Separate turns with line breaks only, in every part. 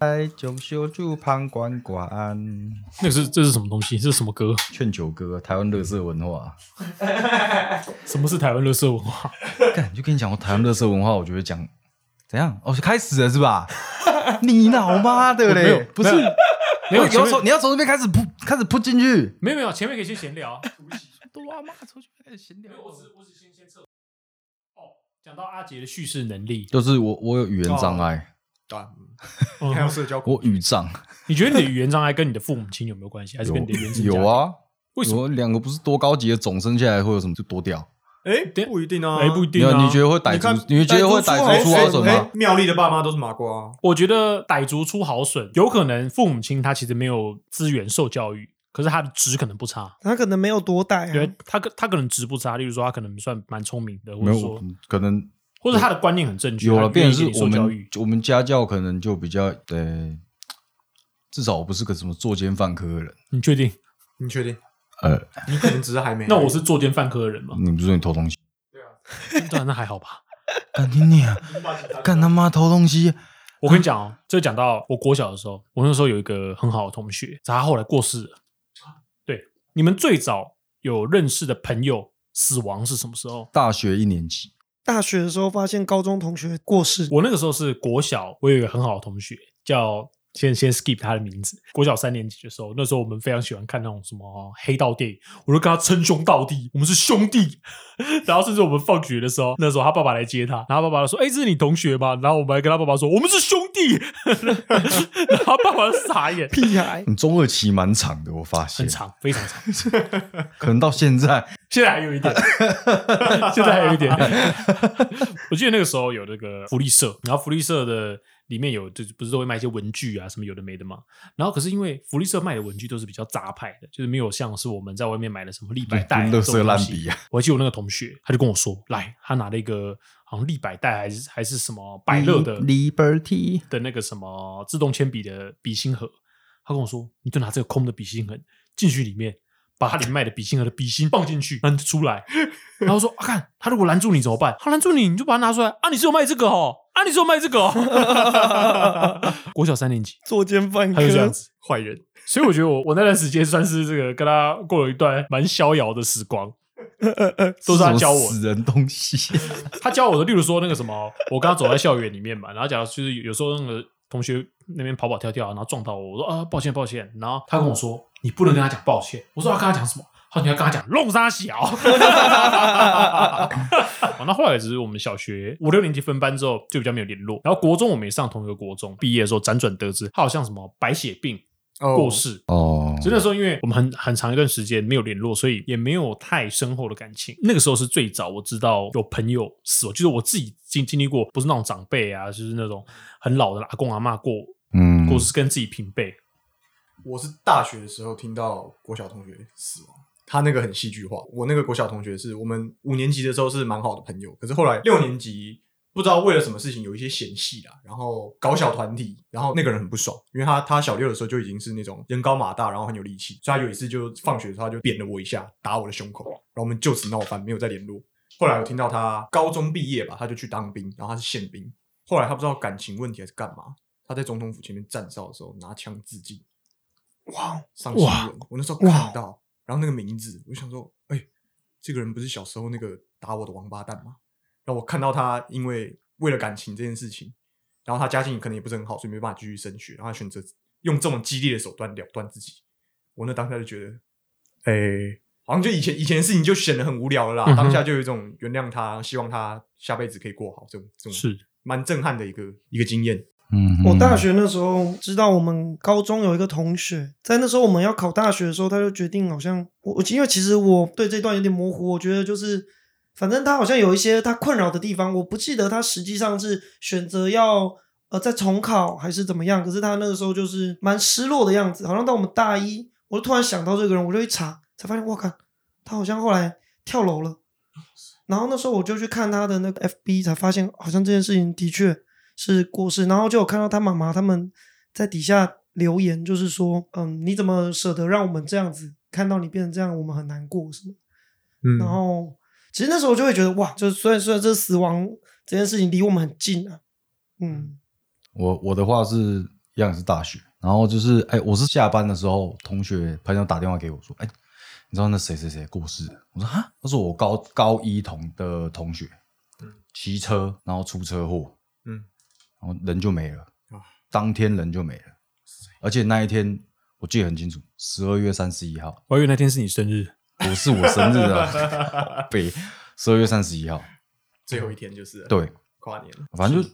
来九修住旁管管，
那个是这是什么东西？这是什么歌？
劝酒歌，台湾乐色文化。
什么是台湾乐色文化？
干，就跟你讲，我台湾乐色文化，我就会讲怎样？哦，开始了是 吧？你老妈的
没有
嘞！不是，
没有没有
有
前面
时候你要从这边开始扑，开始扑进去。
没有没有，前面可以先闲聊。啊
都阿妈出去开始闲聊
我只先先测。哦，讲到阿杰的叙事能力，
就是我，我有语言障碍，
啊，
嗯
还有社交恐
我语障。
你觉得你的语言障碍跟你的父母亲有没有关系，还是跟你的原生家
有
庭？
啊，
为什么？
么两个不是多高级的种生下来会有什么就多屌？
哎
对，
不一定啊，
哎，不一
你
定啊。
你觉得会逮
你看
猪？你觉得会逮
好
猪出好
水
什
哎
么？
妙丽的爸妈都是麻瓜啊，
我觉得傣族出好笋，有可能父母亲他其实没有资源受教育，可是他的值可能不差。
他可能没有多带
对
啊，
他可他可能值不差，例如说他可能算蛮聪明的，或
没有
者说，
可能
或者他的观念很正确，
有了，啊
他
变
愿意
成
给你
是我
受教
们
育。
我们家教可能就比较呃，至少我不是个什么作奸犯科的人。
你确定？
你确定？
呃，
你可能只是还没。
那我是作奸犯科的人吗？
你不是说你偷东西？
对啊，那还好吧。呃
干你你啊！干他妈偷东西！
我跟你讲哦，这讲到我国小的时候，我那时候有一个很好的同学，他后来过世了。对，你们最早有认识的朋友死亡是什么时候？
大学一年级，
大学的时候发现高中同学过世，
我那个时候是国小，我有一个很好的同学叫。先先 skip 他的名字。国小三年级的时候，那时候我们非常喜欢看那种什么黑道电影，我就跟他称兄道弟，我们是兄弟。 然后甚至我们放学的时候，那时候他爸爸来接他，然后他爸爸说：“哎、这是你同学吗？”然后我们还跟他爸爸说：“我们是兄弟。” 然后他爸爸傻眼，
屁 孩
你中二期蛮长的，我发现
很，长，非常长，
可能到现在
现在还有 一点，现在还有一点。我记得那个时候有那个福利社，然后福利社的里面有就是不是都会卖一些文具啊什么有的没的嘛。然后可是因为福利社卖的文具都是比较杂牌的，就是没有像是我们在外面买的什么立百代、啊、
乐
这
色
种东
烂
西
笔啊！
我还记得我那个同学，他就跟我说，来，他拿了一个好像立百代还是还是什么百乐的
Liberty，
的那个什么自动铅笔的笔芯盒，他跟我说，你就拿这个空的笔芯盒进去里面，把他里面卖的笔芯盒的笔芯放进去，扔出 来。然后说，啊，看他如果拦住你怎么办？他拦住你，你就把它拿出来啊！你是有卖这个哦，啊，你是有卖这个 哦。国小三年级，
作奸犯
他
科
就这样 子。
坏人，
所以我觉得我我那段时间算是这个跟他过了一段蛮逍遥的时 光，都是他教我的
死人东西，
他教我的，例如说那个什么，我刚刚走在校园里面嘛，然后假如就是有时候那个同学那边跑跑跳跳，然后撞到我，我说啊抱歉抱歉，然后他跟我说你不能跟他讲抱歉，我说啊要跟他讲什么？他说你要跟他讲弄啥小。 哦那后来只是我们小学五六年级分班之后就比较没有联络，然后国中我们也上同一个国中，毕业的时候辗转得知他好像什么白血病过
哦，
世，
哦，
所以那时候，因为我们很很长一段时间没有联络，所以也没有太深厚的感情。那个时候是最早我知道有朋友死，就是我自己经经历过，不是那种长辈啊，就是那种很老的阿公阿妈过
嗯
过世，跟自己平辈。
我是大学的时候听到国小同学死亡。他那个很戏剧化。我那个国小同学是我们五年级的时候是蛮好的朋友，可是后来六年级不知道为了什么事情有一些嫌隙啦，然后搞小团体，然后那个人很不爽，因为他他小六的时候就已经是那种人高马大，然后很有力气，所以他有一次就放学的时候他就扁了我一下，打我的胸口，然后我们就此闹翻，没有再联络。后来我听到他高中毕业吧，他就去当兵，然后他是宪兵。后来他不知道感情问题还是干嘛，他在总统府前面站哨的时候拿枪自尽。
哦
哇，上新
哇
闻！我那时候看到，然后那个名字，我就想说，哎、这个人不是小时候那个打我的王八蛋吗？然后我看到他因为为了感情这件事情，然后他家境可能也不是很好，所以没办法继续升学，然后他选择用这种激烈的手段了断自己。我那当下就觉得，哎、好像就以前以前的事情就显得很无聊了啦，
嗯哼
当下就有一种原谅他，希望他下辈子可以过好，这种这种
是
蛮震撼的一个一个经验。
嗯
我大学那时候知道我们高中有一个同学，在那时候我们要考大学的时候，他就决定好像我我因为其实我对这段有点模糊，我觉得就是反正他好像有一些他困扰的地方，我不记得他实际上是选择要呃再重考还是怎么样，可是他那个时候就是蛮失落的样子，好像到我们大一，我就突然想到这个人，我就一查才发现，我靠，他好像后来跳楼了。然后那时候我就去看他的那个 FB，才发现哦好像这件事情的确是过世。然后就有看到他妈妈他们在底下留言，就是说，嗯，你怎么舍得让我们这样子看到你变成这样，我们很难过什么。
嗯
然后其实那时候我就会觉得，哇，就是虽然虽然这死亡这件事情离我们很近啊，嗯，
我我的话是一样也是大学。然后就是，哎，我是下班的时候，同学朋友打电话给我说，哎，你知道那谁谁谁过世了？我说哈，那是我高高一同的同学，骑车然后出车祸，
嗯，
然后人就没了
啊，
当天人就没了，而且那一天我记得很清楚，十二月三十一号，
我以为那天是你生日，
不是我生日啊，北十二月三十一号，
最后一天就是了
对，
跨年了，
反正就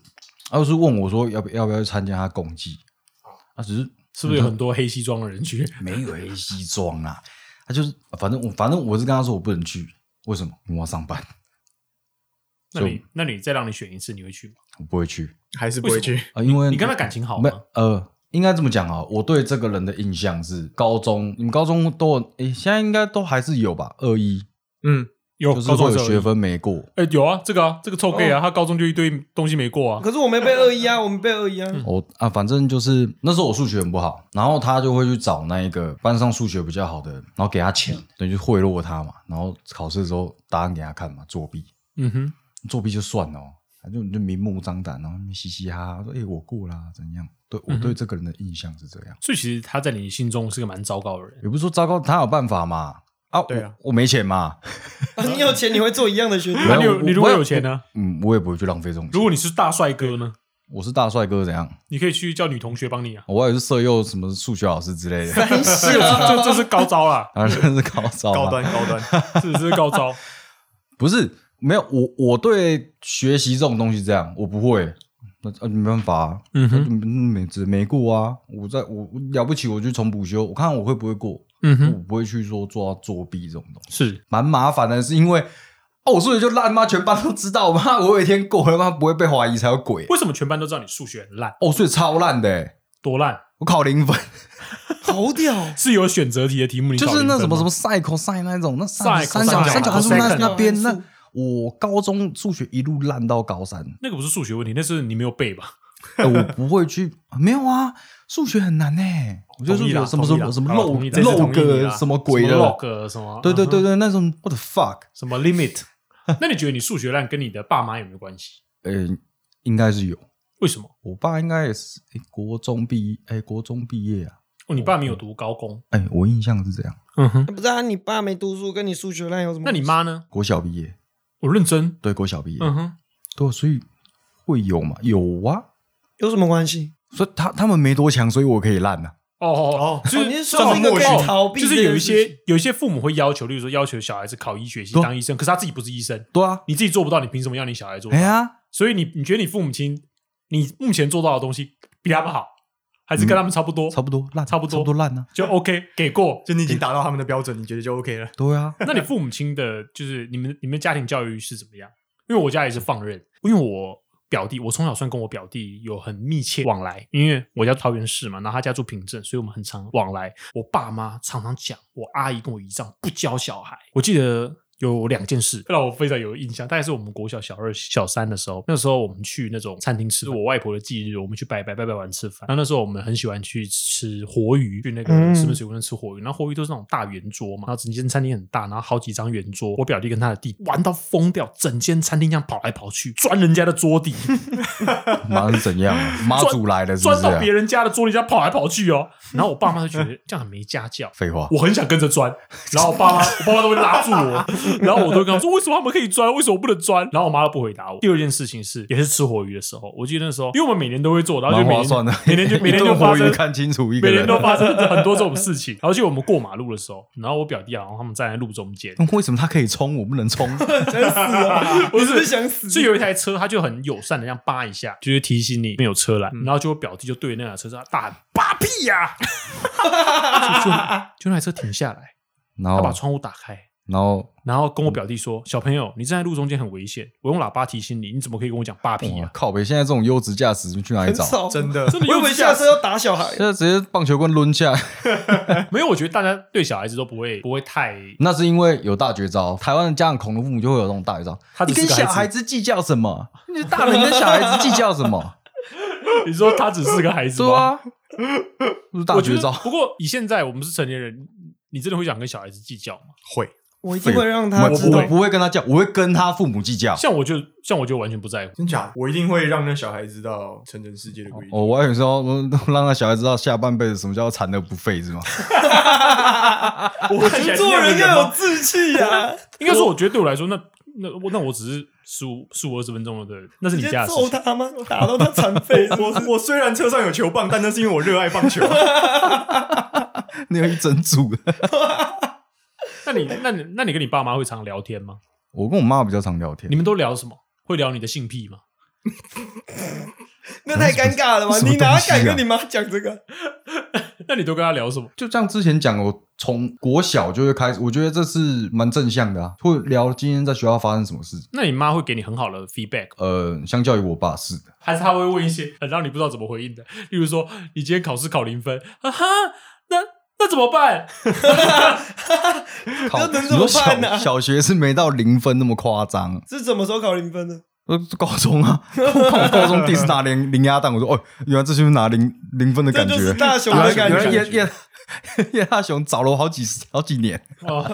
他就是问我说要不要不要去参加他共祭，他只是
是
嗯
不是有很多黑西装的人 去？
没有黑西装啊，他就是反正我反正我是跟他说我不能去，为什么？因为我要上班，
那你那你再让你选一次，你会去吗？
我不会去
还是不会去。
啊，因为
你跟他感情好
没
吗？
呃，应该这么讲啊，我对这个人的印象是高中，你们高中都有，诶、现在应该都还是有吧，二一
嗯，
有
就是
高中
会
的时
有
候
学，分哦没过。
哎，有啊，这个啊，这个臭 gay 啊，他高中就一堆东西没过啊。
可是我没被恶意啊，我没被恶意啊。
我啊，反正就是那时候我数学很不好，然后他就会去找那一个班上数学比较好的人，然后给他钱，
嗯
等于就贿赂他嘛，然后考试的时候答案给他看嘛，作弊，
嗯哼，
作弊就算了、哦，反正你就明目张胆，然哦后那边嘻嘻哈哈说：“哎、我过啦、怎样？”对
嗯
我对这个人的印象是这样，
所以其实他在你心中是个蛮糟糕的人。
也不是说糟糕，他有办法嘛。啊，
对啊
我，我没钱嘛，
啊你有钱你会做一样的决定
没 有
那你有
我
你如果有钱呢？
嗯，我也不会去浪费这种钱。
如果你是大帅哥呢？
我是大帅哥怎样？
你可以去叫女同学帮 你啊。
我也是色诱什么数学老师之类 的，，
三
这
十
个
啊，
这这这是高招啦
啊，真是高招啊
高端高端，
是是高招。
不是没有我，我对学习这种东西这样，我不会，那啊没办法、啊，
嗯
那
哼
就没只没过啊。我在我我了不起，我去重补修，我看我会不会过，
嗯
我，不会去说做到作弊这种东西，
是
蛮麻烦的，是因为。哦，我数学就烂妈，全班都知道妈， 我有一天过了妈不会被怀疑才有鬼。
为什么全班都知道你数学很烂？
哦，我数学超烂的、欸，
多烂？
我考零分，
好屌！
是有选择题的题目，你考
就是那什么
零分吗
什么 sin、cos 那种，那三
Sin
三角
cosine
三角函数
cosine
那那边
函数
那，我高中数学一路烂到高三，
那个不是数学问题，那是你没有背 吧？
哎我不会去，没有啊，数学很难呢、欸我觉得数
同意
学
啦
有什么什
同意啦
么什么
好啦
漏
同意啦
漏
这是同意
个
啦
什么鬼
什么
的，
log 什么？
对对对
嗯哼，
对，那种 what the fuck，
什么 limit？那 你觉得你数学烂跟你的爸妈有没有关系？
呃，应该是有，
为什么？
我爸应该也是、哎国中毕哎、国中毕业啊，
哦，你爸没有读高工。
哎、我印象是这样，
嗯哼，
不是啊，你爸没读书，跟你数学烂有什么？
那你妈呢？
国小毕业，
我认真。
对，国小毕业，
嗯哼，
对，啊所以会有嘛，有啊，
有什么关系？
所以他他们没多强，所以我可以烂啊。
哦哦哦，就
哦你
是
是说
那个可以
哦
逃避
就是
这
有
件
一
事
些有一些父母会要求，例如说要求小孩子考医学系
对啊
当医生，可是他自己不是医生，
对啊，
你自己做不到，你凭什么要你小孩做到？
哎呀，
所以你你觉得你父母亲，你目前做到的东西比他们好，还是跟他们差不多？
差不多烂，
差不多
差不多烂啊。
就 OK 给过。
就你已经达到他们的标准，你觉得就 OK 了？
对啊，
那你父母亲的，就是你们你们家庭教育是怎么样？因为我家也是放任，因为我表弟，我从小算跟我表弟有很密切往来，因为我家桃园市嘛，然后他家住平镇，所以我们很常往来。我爸妈常常讲，我阿姨跟我姨丈不教小孩。我记得。有两件事让我非常有印象，大概是我们国小小二、小三的时候，那时候我们去那种餐厅吃，我外婆的忌日，我们去拜拜拜拜完吃饭。然后那时候我们很喜欢去吃活鱼，去那个
嗯
石门水。有人吃火鱼，然后火鱼都是那种大圆桌嘛，然后整间餐厅很大，然后好几张圆桌。我表弟跟他的弟玩到疯掉，整间餐厅这样跑来跑去，钻人家的桌底，
妈是怎样啊？妈祖来了是不
钻
是
到
啊？
别人家的桌底下跑来跑去哦。然后我爸妈就觉得 这样很没家教。
废话，
我很想跟着钻，然后我爸妈，我爸妈都会拉住我，然后我都会跟他说，为什么他们可以钻，为什么我不能钻？然后我妈都不回答我。第二件事情是，也是吃活鱼的时候，我记得那时候，因为我们每年都会做，然后就
蛮
每
划
年
算的。
每年就每 年
一
就
顿
发
活
生
鱼看清楚一个
每
人
年。都发生很多这种事情。然后就我们过马路的时候，然后我表弟好像他们站在路中 间，
那为什么他可以冲，我不能冲？
想死啊！
不是
你不想死？
是有一台车，他就很友善的这样扒一下，就是提醒你没有车来。然后就我表弟就对那台车大喊“扒屁 呀、就就那台车停下来，
然
他把
后，
窗户打开。
然后，
然后跟我表弟说：“小朋友，你站在路中间很危险，我用喇叭提醒你，你怎么可以跟我讲扒屁
哇
啊？
靠北！现在这种优质驾驶去哪里
很
找？
少，
真的，
哦真的
我
又
以为下车要打小孩
现，在直接棒球棍抡下来，
没有？我觉得大家对小孩子都不会不会太
那是因为有大绝招。台湾的家长恐龙父母就会有这种大绝招。
他
你
只是
跟
个孩
小
子
孩子计较什么？ 你大人跟小孩子计较什么？
你说他只是个孩子吗？
对啊，不是大
我觉
绝
得
招。
不过以现在我们是成年人，你真的会想跟小孩子计较吗？
会
我一定会让
我
他知道
我。不会跟他叫，我会跟他父母计较。
像我就像我就完全不在乎，
真假的？我一定会让那小孩知道成人世界的规矩。
哦，我还想说，嗯让他小孩知道下半辈子什么叫做残而不废，是吗？
我看起来是
做
那
人
样的
要有
吗
志气 呀、啊！
应该说我觉得对我来说，那那我那我只是十五十五二十分钟的，那是
直
你
接
家的事
揍
情。
他吗？ 打到他残废是不
啊
是？
我我虽然车上有球棒，但那是因为我热爱 棒球。
你有一整组的。
那你那你那你跟你爸妈会常聊天吗？
我跟我妈比较常聊天
你，们都聊什么？会聊你的性癖吗？
那太尴尬了吧？
什么
你
东
哪敢
西啊
跟你妈讲这个？
那你都跟他聊什么？
就像之前讲的，我从国小就会开始，我觉得这是蛮正向的啊，会聊今天在学校发生什么事。
那你妈会给你很好的 feedback，吗
呃，相较于我爸是的，
还是他会问一些很让你不知道怎么回应的？例如说，你今天考试考零分，啊哈，那那怎么办？
靠，
能
你
怎么
说
办呢
小小学是没到零分那么夸张，
是什么时候考零分的？
呃，高中啊， 我看我高中第一次拿零零鸭蛋，我说哦，原来这就是拿零零分的
这
感
就是
觉，
大雄
原来
的
原
感
来
觉。
叶叶 叶大雄找了我好几十好几年，
哦，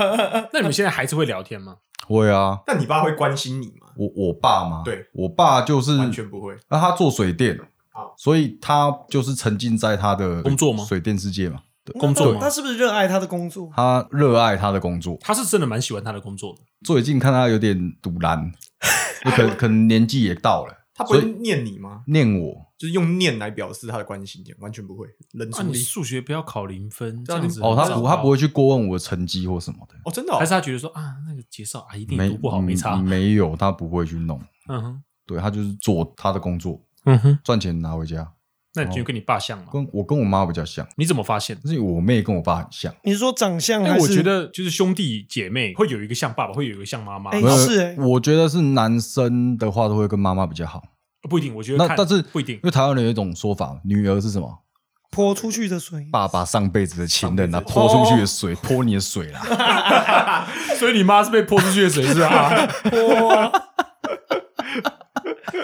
那你们现在还是会聊天吗？
会啊，
但你爸会关心你吗？
我我爸嘛，
对，
我爸
嗯
就是
完全不会。
那他做水电
好，
所以他就是沉浸在他的
工作吗
水电世界嘛，对
那
工作吗
他是不是热爱他的工作？
他热爱他的工作。
他是真的蛮喜欢他的工作的，
最近看他有点堵拦， 就可可能年纪也到了，
他不
所
会
以
念你吗？
念我
就是用念来表示他的关心，这样完全不会冷处
啊，你
理。
数学不要考零分，这
这样
样
你
子
哦，他
很糟
不
糕
他不会，去过问我的成绩或什么的，
哦，真的、哦
还是他觉得说啊，那个介绍啊，一定也读不好，没差
嗯，没有他不会去弄，
嗯哼，
对他就是做他的工作，
嗯哼，
赚钱拿回家。
那你觉得跟你爸像吗？
跟我跟我妈比较像，
你怎么发现的？
但是我妹跟我爸很像，
你是说长相
哎、
嗯还是？
我觉得就是兄弟姐妹会有一个像爸爸，会有一个像妈妈，
哎
没有
是欸
我觉得是男生的话都会跟妈妈比较好，
不一定。我觉得
那
看
但是
不一定
因。为台湾人有一种说法，女儿是什么？
泼出去 的水，
爸爸上辈子的情人啊，泼出
哦
去的水，泼你的水啦。
所以你妈是被泼出去的水是吧？
泼啊、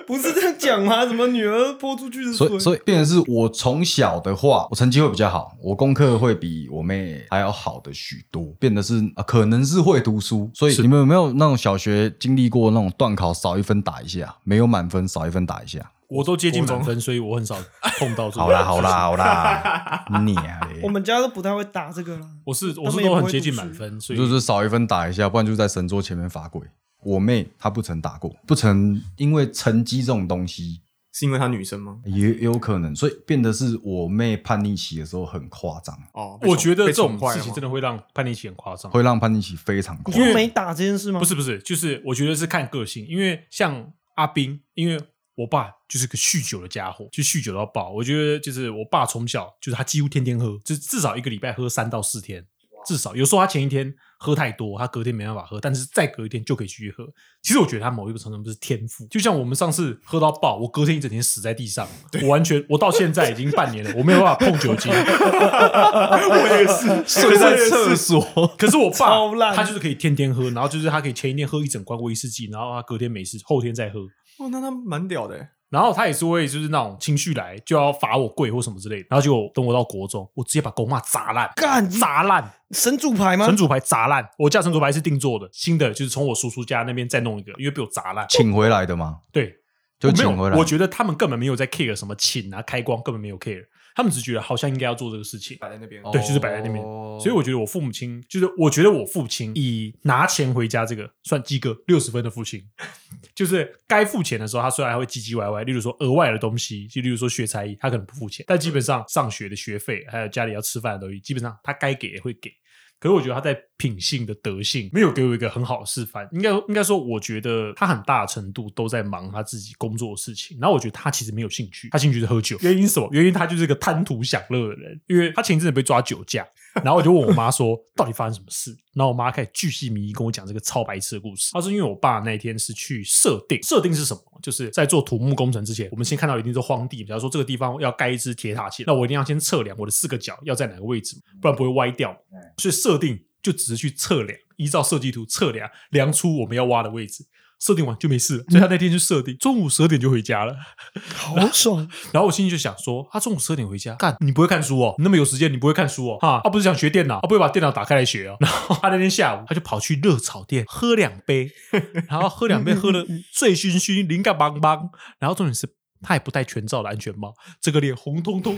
不是这样讲吗？怎么女儿泼出 去的
所
水？
以，所以变成是我从小的话，我成绩会比较好，我功课会比我妹还要好的许多，变得是、啊、可能是会读书。所以
是
你们有没有那种小学经历过那种断考少一分打一下，没有满分少一分打一下？
我都接近满分，所以我很少碰到这种。
好啦，好啦，，好啦，你啊嘞
我们家都不太会打这个了。
我是我
他
是
们也
都
不
很
会
接
读
近
书
满分，所以
就是少一分打一下，不然就在神桌前面罚跪。我妹她不曾打过，不曾因为成绩这种东西
是因为他女生吗？
也也有可能，所以变得是我妹叛逆期的时候很夸张，
哦，
我觉得这种事情真
的
的会让叛逆期很夸张。
会让叛逆期非常
你
夸
说
张。
没打这件事吗？
不，是不是，就是我觉得是看个性，因为像阿斌，因为我爸就是个酗酒的家伙，就酗酒到爆。我觉得就是我爸从小就是他几乎天天喝，就是至少一个礼拜喝三到四天，至少有时候他前一天喝太多，他隔天没办法喝，但是再隔一天就可以继续喝。其实我觉得他某一个程度不是天赋，就像我们上次喝到爆，我隔天一整天死在地上，我完全我到现在已经半年了，我没有办法碰酒精。
我 也是
睡在厕所，
可是我
超
爸
烂
他就是可以天天喝，然后就是他可以前一天喝一整罐威士忌，然后他隔天没事，后天再喝。
哦，那他蛮屌的欸。
然后他也是会就是那种情绪来就要罚我跪或什么之类的，然后就等我到国中，我直接把狗骂砸烂，
干
砸烂，
神主牌吗
神？主牌砸烂，我家神主牌是定做的，新的就是从我叔叔家那边再弄一个，因为被我砸烂。
请回来的嘛，
对，
就
我没
请回
有，
来
我。觉得他们根本没有在 care 什么请啊开光，根本没有 care，他们只觉得好像应该要做这个事情。
摆在那边，
对，就是摆在那边。
哦
所以我觉得我父母亲，就是我觉得我父亲以拿钱回家这个算及格六十分的父亲，就是该付钱的时候，他虽然还会唧唧歪歪，例如说额外的东西，就例如说学才艺，他可能不付钱，但基本上上学的学费，还有家里要吃饭的东西，基本上他该给也会给。可是我觉得他在品性的德性没有给我一个很好的示范，应该应该说，我觉得他很大程度都在忙他自己工作的事情。然后我觉得他其实没有兴趣，他兴趣是喝酒。原因是什么？原因他就是个贪图享乐的人。因为他前一阵子被抓酒驾，然后我就问我妈说，到底发生什么事？然后我妈开始巨细靡遗跟我讲这个超白痴的故事。她说，因为我爸那一天是去设定，设定是什么？就是在做土木工程之前，我们先看到一定是荒地，比方说这个地方要盖一支铁塔线，那我一定要先测量我的四个角要在哪个位置，不然不会歪掉。所以设定就只是去测量，依照设计图测量，量出我们要挖的位置。设定完就没事了。所以他那天去设定，中午十二点就回家了。
好爽！
然后我心里就想说，他、中午十二点回家，干，你不会看书哦，你那么有时间，你不会看书哦，哈，他、不是想学电脑，他、不会把电脑打开来学哦。然后他那天下午，他就跑去热炒店喝两杯， 然后喝两杯喝的醉醺醺，灵感邦邦。然后重点是。他也不戴全罩的安全帽，这个脸红彤彤，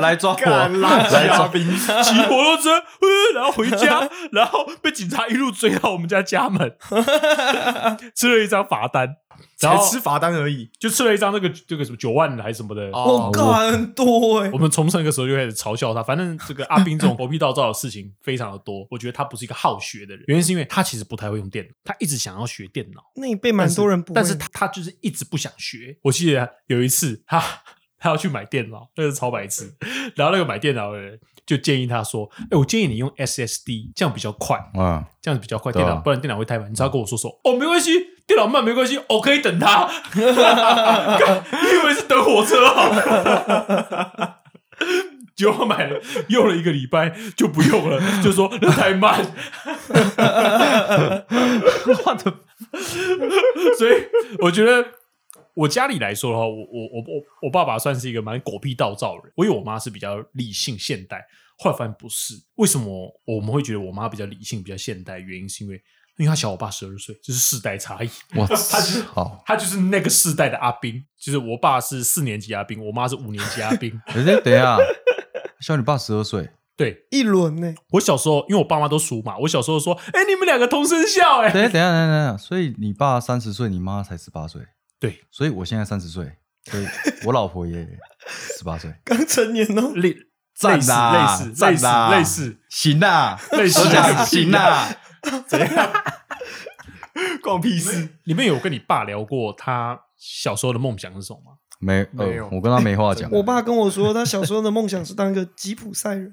来抓
干
我，
垃圾啊！冰
骑摩托车，呃然后回家，然后被警察一路追到我们家家门， 吃了一张罚单，然
才
后
吃罚单而已。
就吃了一张那个这个什么九万还是什么的。
我靠，哦很多哎
我，们从那个时候就开始嘲笑他，反正这个阿斌这种狗屁倒灶的事情非常的多。我觉得他不是一个好学的人，原因是因为他其实不太会用电脑，他一直想要学电脑，
那你被蛮多人不会，
但是他他就是一直不想学。我记得有一次他 他要去买电脑，那是超白痴，然后那个买电脑的人就建议他说：“哎、我建议你用 SSD，这样比较快。”
嗯，
这样子比较快，
对
电
啊
脑、不然电脑会太慢。你只要跟我说说，哦，没关系，电脑慢没关系，我可以等他。 干你以为是等火车哦？ 结果买了，用了一个礼拜就不用了，就说那太慢。 我的， 所以我觉得我家里来说的话，我我我我我爸爸算是一个蛮狗屁道灶的人，我以为我妈是比较理性现代，后来发现不是。为什么我们会觉得我妈比较理性、比较现代？原因是因为因为她小我爸十二岁，这、是世代差异。
我
他就
操，。
她就是那个世代的阿兵，就是我爸是四年级阿兵，我妈是五年级阿兵
等一下哎等一下，小你爸十二岁，
对
一轮欸呢，
我小时候，因为我爸妈都属马，我小时候说，哎、你们两个同生肖、哎，
等一下等一下等一下等一下，所以你爸三十岁，你妈才十八岁，
对，
所以我现在三十岁，所以我老婆也十八岁，
刚成年哦，
类
赞
类似
啦
类似
赞
类似
啦
类似
行啊啦，
类似
我讲行啊啦，
关我屁事！
你们有跟你爸聊过他小时候的梦想是什么吗？
没
没有
呃，我跟他没话讲，
我爸跟我说，他小时候的梦想是当一个吉普 赛人。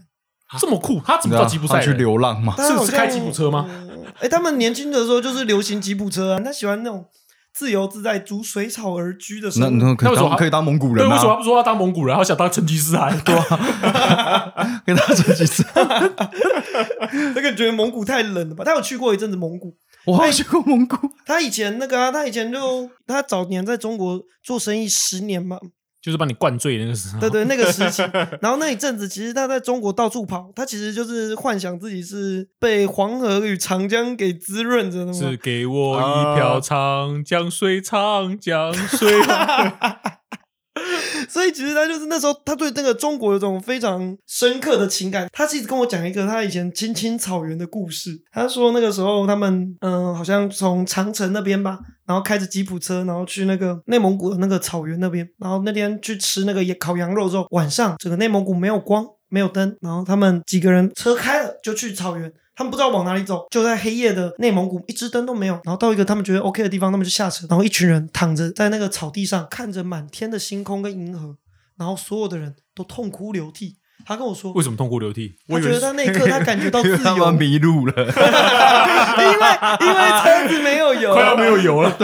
这么酷，他怎么到吉普赛
啊他去
人？
流浪嘛，
啊他好像
是开吉普车吗
嗯哎、他们年轻的时候就是流行吉普车啊，他喜欢那种自由自在、逐水草而居的
那
生活。
那可
那
以
为什
当
么他
可以当蒙古
对，
人
为什么他
啊，
不说他当蒙古人，他想当成吉思汗？
啊
对吧？
跟他说几次，
那个觉得蒙古太冷了吧？他有去过一阵子蒙古，
我好去过蒙古，
他以前那个啊，他以前就他早年在中国做生意十年嘛，
就是把你灌醉的那个时候。
对对，那个 时期。然后那一阵子，其实他在中国到处跑，他其实就是幻想自己是被黄河与长江给滋润着的嘛
是。给我一瓢长江水，长江水。
啊 所以其实他就是那时候，他对那个中国有种非常深刻的情感。他是一直跟我讲一个他以前青青草原的故事。他说那个时候他们嗯、呃好像从长城那边吧，然后开着吉普车，然后去那个内蒙古的那个草原那边，然后那天去吃那个烤羊肉之后，晚上整个内蒙古没有光，没有灯，然后他们几个人车开了就去草原。他们不知道往哪里走，就在黑夜的内蒙古，一只灯都没有。然后到一个他们觉得 OK 的地方，他们就下车，然后一群人躺着在那个草地上，看着满天的星空跟银河，然后所有的人都痛哭流涕。他跟我说，
为什么痛哭流涕？
他觉得他那一刻他感觉到自
因为，
由
他们迷路了。
因为因为车子没有油，
快要没有油了。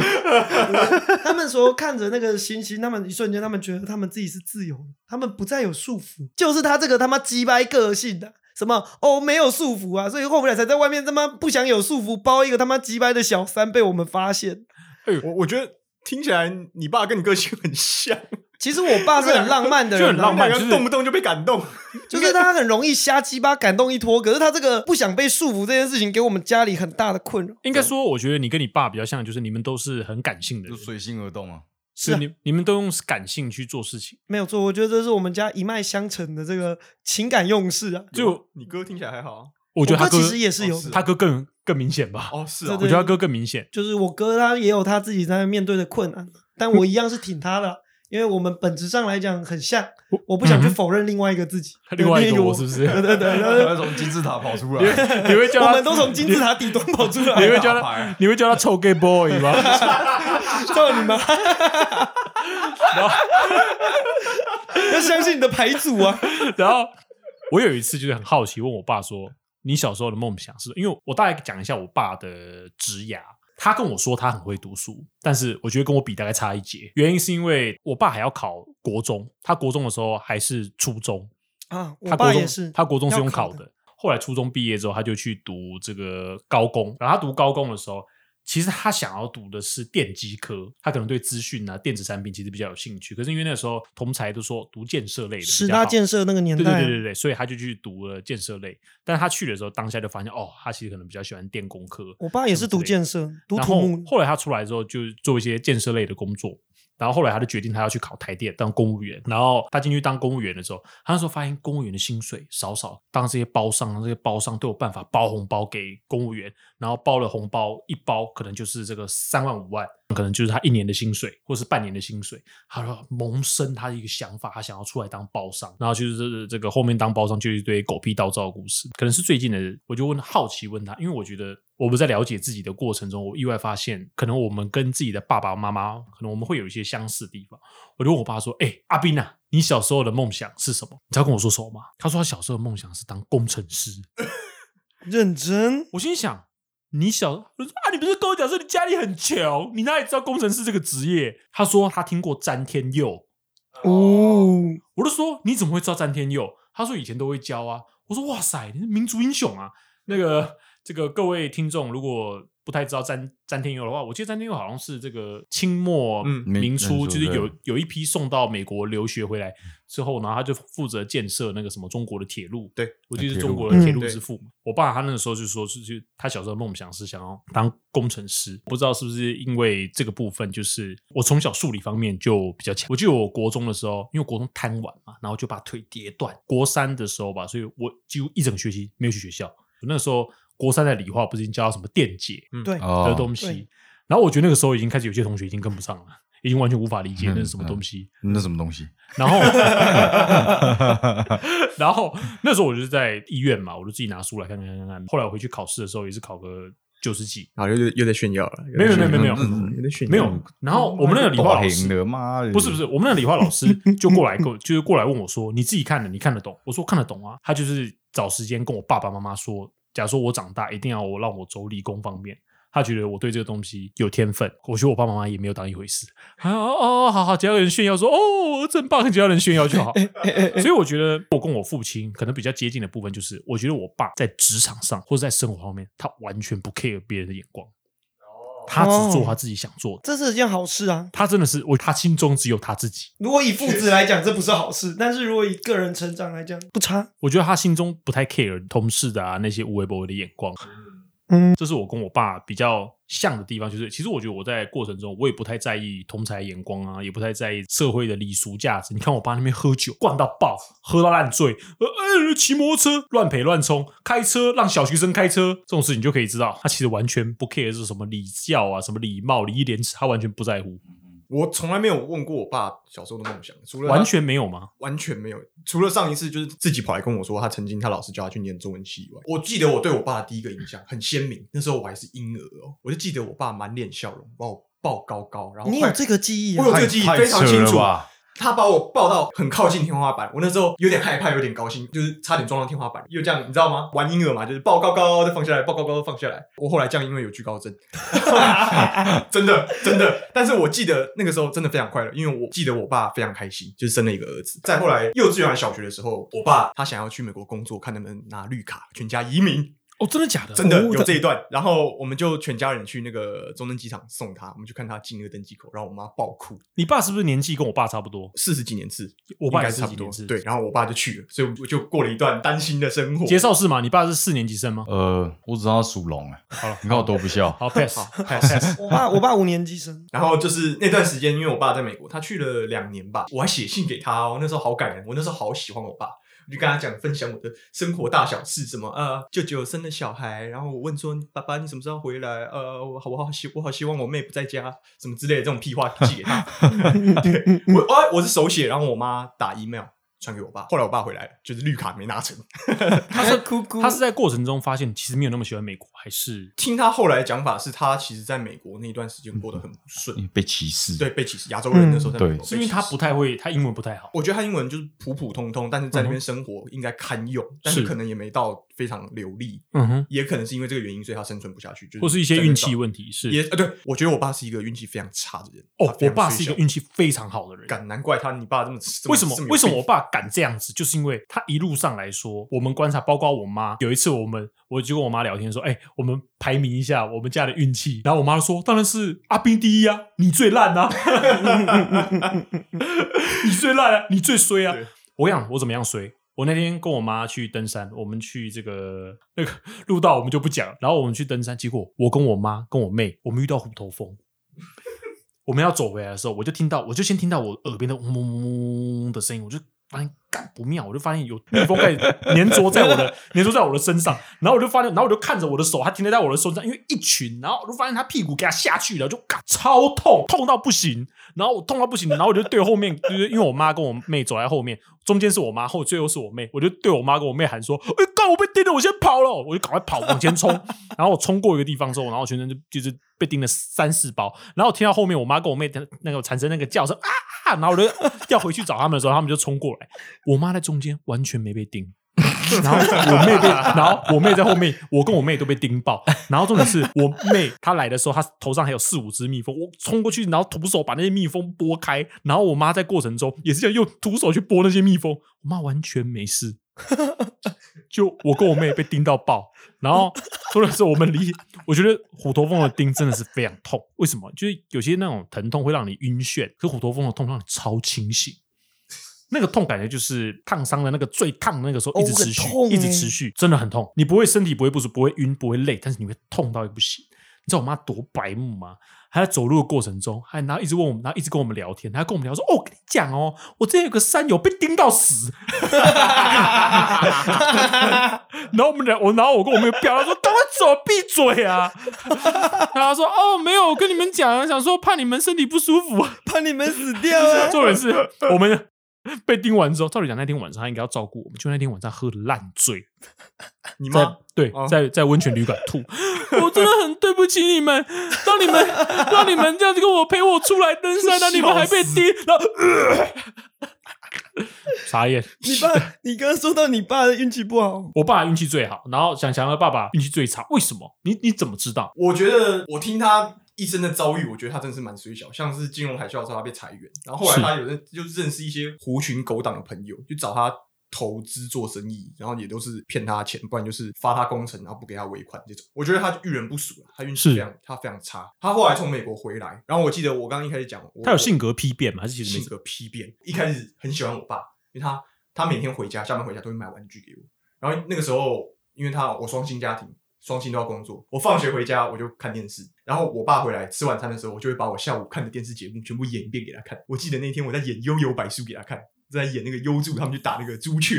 他们说看着那个星星，他们一瞬间，他们觉得他们自己是自由的，他们不再有束缚。就是他这个他妈鸡掰个性的、什么哦没有束缚啊，所以后来才在外面他妈不想有束缚，包一个他妈鸡掰的小三被我们发现。
我我觉得听起来你爸跟你个性很像，
其实我爸是很浪漫的人、啊，
就很浪漫
两个
就是
动不动就被感动。
就是他很容易瞎鸡巴感动一拖，可是他这个不想被束缚这件事情，给我们家里很大的困扰。
应该说，我觉得你跟你爸比较像，就是你们都是很感性的
就
人，
随心而动啊。
是你你们都用感性去做事情。
没有错，我觉得这是我们家一脉相承的这个情感用事啊。
就
你哥听起来还好啊
我觉得他
我
哥
哥其实也是有
哦是
他哥更更明显吧。
哦，是
这
啊
我，觉得他哥更明显。
就是我哥他也有他自己在面对的困难，但我一样是挺他的，因为我们本质上来讲很像，我不想去否认另外一个自己，
嗯另外一
对
个我是不是？
对 对对，然后
从金字塔跑出
你会， 你会叫
我
他
们都从金字塔底端跑出来
你会
了，
叫 他你会叫他臭 gay boy 吗？
叫你们，要相信你的牌组啊！
然后我有一次就是很好奇，问我爸说：“你小时候的梦想是？”因为我大概讲一下我爸的职涯。他跟我说他很会读书，但是我觉得跟我比大概差一截。原因是因为我爸还要考国中，他国中的时候还是初中，
啊，我
他国
爸
中
也是，
他国中是用
要考
考的。后来初中毕业之后，他就去读这个高工。然后他读高工的时候，其实他想要读的是电机科，他可能对资讯啊、电子产品其实比较有兴趣。可是因为那个时候同才都说读建设类的，
十大建
设。
设那个年
对对
代，
对对对，所以他就去读了建设类，但他去的时候，当下就发现哦，他其实可能比较喜欢电工科。
我爸也是
什么之类
读
的
建设，读
然
土
后
木，
后来他出来之后，就做一些建设类的工作。然后后来他就决定他要去考台电当公务员。然后他进去当公务员的时候，他那时候发现公务员的薪水少少，当这些包商，这些包商都有办法包红包给公务员，然后包了红包一包可能就是这个三万五万，可能就是他一年的薪水或是半年的薪水。他说萌生他的一个想法，他想要出来当包商，然后就是这个这个后面当包商就是一堆狗屁倒灶的故事，可能是最近的，我就问好奇问他，因为我觉得我们在了解自己的过程中，我意外发现，可能我们跟自己的爸爸妈妈，可能我们会有一些相似的地方。我就问我爸说：“哎、阿斌啊，你小时候的梦想是什么？”你知道跟我说什么吗？他说他小时候的梦想是当工程师。
认真。
我心想，你小，我说啊，你不是跟我讲说你家里很穷，你哪里知道工程师这个职业？他说他听过詹天佑，
哦，
我就说你怎么会知道詹天佑？他说以前都会教啊。我说哇塞，你是民族英雄啊！那个这个各位听众如果不太知道詹詹天佑的话，我记得詹天佑好像是这个清末
嗯
明初，
民
就是有
对
有一批送到美国留学回来之后，然后他就负责建设那个什么中国的铁路。
对，
我记得是
哎铁路
中国的铁
嗯
路之父嘛。我爸他那个时候就说，就是他小时候的梦想是想要当工程师，不知道是不是因为这个部分，就是我从小数理方面就比较强。我记得我国中的时候，因为我国中贪玩嘛，然后就把腿跌断。国三的时候吧，所以我几乎一整个学期没有去学校。我那时候国三的理化不是已经教到什么电解
对，
哦
的东西，
对
然后我觉得那个时候已经开始有些同学已经跟不上了，已经完全无法理解
嗯
那是什么东西。
那什么东西？
然后然后那时候我就在医院嘛，我就自己拿书来看看看看。后来我回去考试的时候也是考个九十几，
然后又又在炫耀了，
没有没有没有没有
有在炫耀，嗯
没有。然后我们那 个理化老
大
师
型的妈的，
不是不是，我们那个理化老师就过来跟我，就是过来问我说：“你自己看的，你看得懂？”我说：“看得懂啊。”他就是找时间跟我爸爸妈妈说，假如说我长大，一定要我让我走理工方面。他觉得我对这个东西有天分，我觉得我爸爸妈妈也没有当一回事。啊哦哦，好好，只要有人炫耀说哦，我真棒，只要有人炫耀就好。
哎
所以我觉得我跟我父亲可能比较接近的部分，就是我觉得我爸在职场上或者在生活方面，他完全不 care 别人的眼光，他只做他自己想做的。
这是一件好事啊！
他真的是我，他心中只有他自己。
如果以父子来讲，这不是好事；但是如果以个人成长来讲，不差。
我觉得他心中不太 care 同事的啊那些无微不微的眼光，
嗯，
这是我跟我爸比较像的地方。就是其实我觉得我在过程中，我也不太在意同才眼光啊，也不太在意社会的礼俗价值。你看我爸那边喝酒灌到爆，喝到烂醉，呃，哎骑摩托车乱赔乱冲，开车让小学生开车这种事情，你就可以知道他其实完全不 care 是什么礼教啊，什么礼貌、礼义廉耻，他完全不在乎，
我从来没有问过我爸小时候的梦想，除了他
完全没有吗？
完全没有，除了上一次就是自己跑来跟我说，他曾经他老师叫他去念中文系以外，我记得我对我爸的第一个印象很鲜明，那时候我还是婴儿哦，我就记得我爸满脸笑容，把我抱高高，然后
你有
快
这个记忆
我
啊
有？
太
这个记忆
太
非常清
扯
楚
了
啊
吧
他把我抱到很靠近天花板，我那时候有点害怕，有点高兴，就是差点撞到天花板，又这样，你知道吗？玩婴儿嘛，就是抱高高再放下来，抱高高再放下来。我后来这样，因为有惧高症， 真的真的。但是我记得那个时候真的非常快乐，因为我记得我爸非常开心，就是生了一个儿子。再后来幼稚园、小学的时候，我爸他想要去美国工作，看能不能拿绿卡，全家移民。
哦，真的假的？
真的有这一段。然后我们就全家人去那个中登机场送他，我们就看他进那个登机口，然后我妈爆哭，
你爸是不是年纪跟我爸差不多？
四十几年次，
我爸
应
也
该
是
差不
几
多
年次。
对，，然后我爸就去了，所以我就过了一段单心的生活。
杰少是吗？你爸是四年级生吗？
呃，我只知道他属龙哎，
好了，
你看我多不孝。
好 pass
呃好
pass。
我爸，我爸五年级生，
然后就是那段时间，因为我爸在美国，他去了两年吧，我还写信给他哦，那时候好感人，我那时候好喜欢我爸。我就跟他讲分享我的生活大小事，什么呃，舅舅生了小孩，然后我问说爸爸你什么时候回来？呃，我好我好希我好希望我妹不在家，什么之类的这种屁话寄给他。 对我啊我是手写，然后我妈打 email 传给我爸，后来我爸回来了，就是绿卡没拿成。
他是哭哭，
他是在过程中发现其实没有那么喜欢美国，还是
听他后来讲法是他其实在美国那一段时间过得很不顺，
被歧视，
对，被歧视，亚洲人那时候在美
嗯
国、
对
是因为他不，太会，他英文不太好。
我觉得他英文就是普普通通，但是在那边生活应该堪用，但是
是
可能也没到非常流利，
嗯哼，
也可能是因为这个原因，所以他生存不下去，就
或是一些运气
题。
问题是。
也呃，对我觉得我爸是一个运气非常差的人。
哦，
非
我
常
爸
衰
是一个
小
运气非常好的人。
干，难怪他你爸这么
为什么？为什么我？爸敢这样子，就是因为他一路上来说，我们观察，包括我妈，有一次我们我就跟我妈聊天说，哎、我们排名一下我们家的运气，然后我妈说，当然是阿斌第一啊，你最烂 啊，你最烂啊，你最衰啊
对。
我跟你讲，我怎么样衰？我那天跟我妈去登山，我们去这个那个路道，我们就不讲了。然后我们去登山，结果我跟我妈跟我妹，我们遇到虎头蜂。我们要走回来的时候，我就听到，我就先听到我耳边的嗡嗡嗡嗡的声音，我就发现干不妙，我就发现有蜜蜂开始粘着在我的粘着在我的身上，然后我就发现，然后我就看着我的手，它停留在我的手上，因为一群，然后我就发现它屁股给它下去了，就干超痛，痛到不行，然后我痛到不行，然后我就对后面，就是因为我妈跟我妹走在后面，中间是我妈，后最后是我妹，我就对我妈跟我妹喊说：“哎、干我被叮了，我先跑了！”我就赶快跑往前冲，然后我冲过一个地方之后，然后我全身就就是被叮了三四包，然后我听到后面我妈跟我妹的那个产生那个叫声啊，然后我就要回去找他们的时候，他们就冲过来，我妈在中间完全没被叮。然后我妹被，然后我妹在后面，我跟我妹都被叮爆。然后重点是我妹她来的时候，她头上还有四五只蜜蜂，我冲过去，然后徒手把那些蜜蜂拨开。然后我妈在过程中也是这样用徒手去拨那些蜜蜂，我妈完全没事。就我跟我妹被叮到爆，然后除了是我们离，我觉得虎头蜂的叮真的是非常痛。为什么？就是有些那种疼痛会让你晕眩，可虎头蜂的痛让你超清醒。那个痛感觉就是烫伤的那个最烫的那个时候
哦
一直持续，
很痛欸
一直持续，真的很痛。你不会身体不会不舒服，不会晕，不会累，但是你会痛到一个不行。你知道我妈多白目吗？她在走路的过程中，还然后一直问我们，然后一直跟我们聊天，她跟我们聊说：“哦，我跟你讲哦，我之前有个山友被叮到死。”然后我们俩，我然后我跟我妹飙，她说：“赶快走，闭嘴啊！” 然后她说：“哦，没有，我跟你们讲，啊想说怕你们身体不舒服。”
怕你们死掉啊！
重点是我们被叮完之后，照理讲那天晚上他应该要照顾我们，就那天晚上喝的烂醉，
你
在
妈
对，
哦
在在温泉旅馆吐， 我真的很对不起你们，让你们让你们这样子跟我陪我出来登山，那啊你们还被叮，然后、呃傻眼。
你爸，你刚刚说到你爸的运气不好，
我爸运气最好，然后想翔的爸爸运气最差，为什么？你你怎么知道？
我觉得我听他一生的遭遇，我觉得他真的是蛮水小，像是金融海啸的时候他被裁员，然后后来
是
他有认就认识一些狐群狗党的朋友，就找他投资做生意，然后也都是骗他钱，不然就是发他工程，然后不给他尾款这种。我觉得他遇人不淑了，他运气
是
非常他非常差。他后来从美国回来，然后我记得我刚刚一开始讲，我
他有性格批变吗？还是其实没
性
什么？
格批变。一开始很喜欢我爸，因为他他每天回家下班回家都会买玩具给我。然后那个时候，因为他我双薪家庭，双薪都要工作，我放学回家我就看电视，然后我爸回来吃晚餐的时候，我就会把我下午看的电视节目全部演一遍给他看。我记得那天我在演《悠悠白书》给他看。在演那个优助他们去打那个朱雀，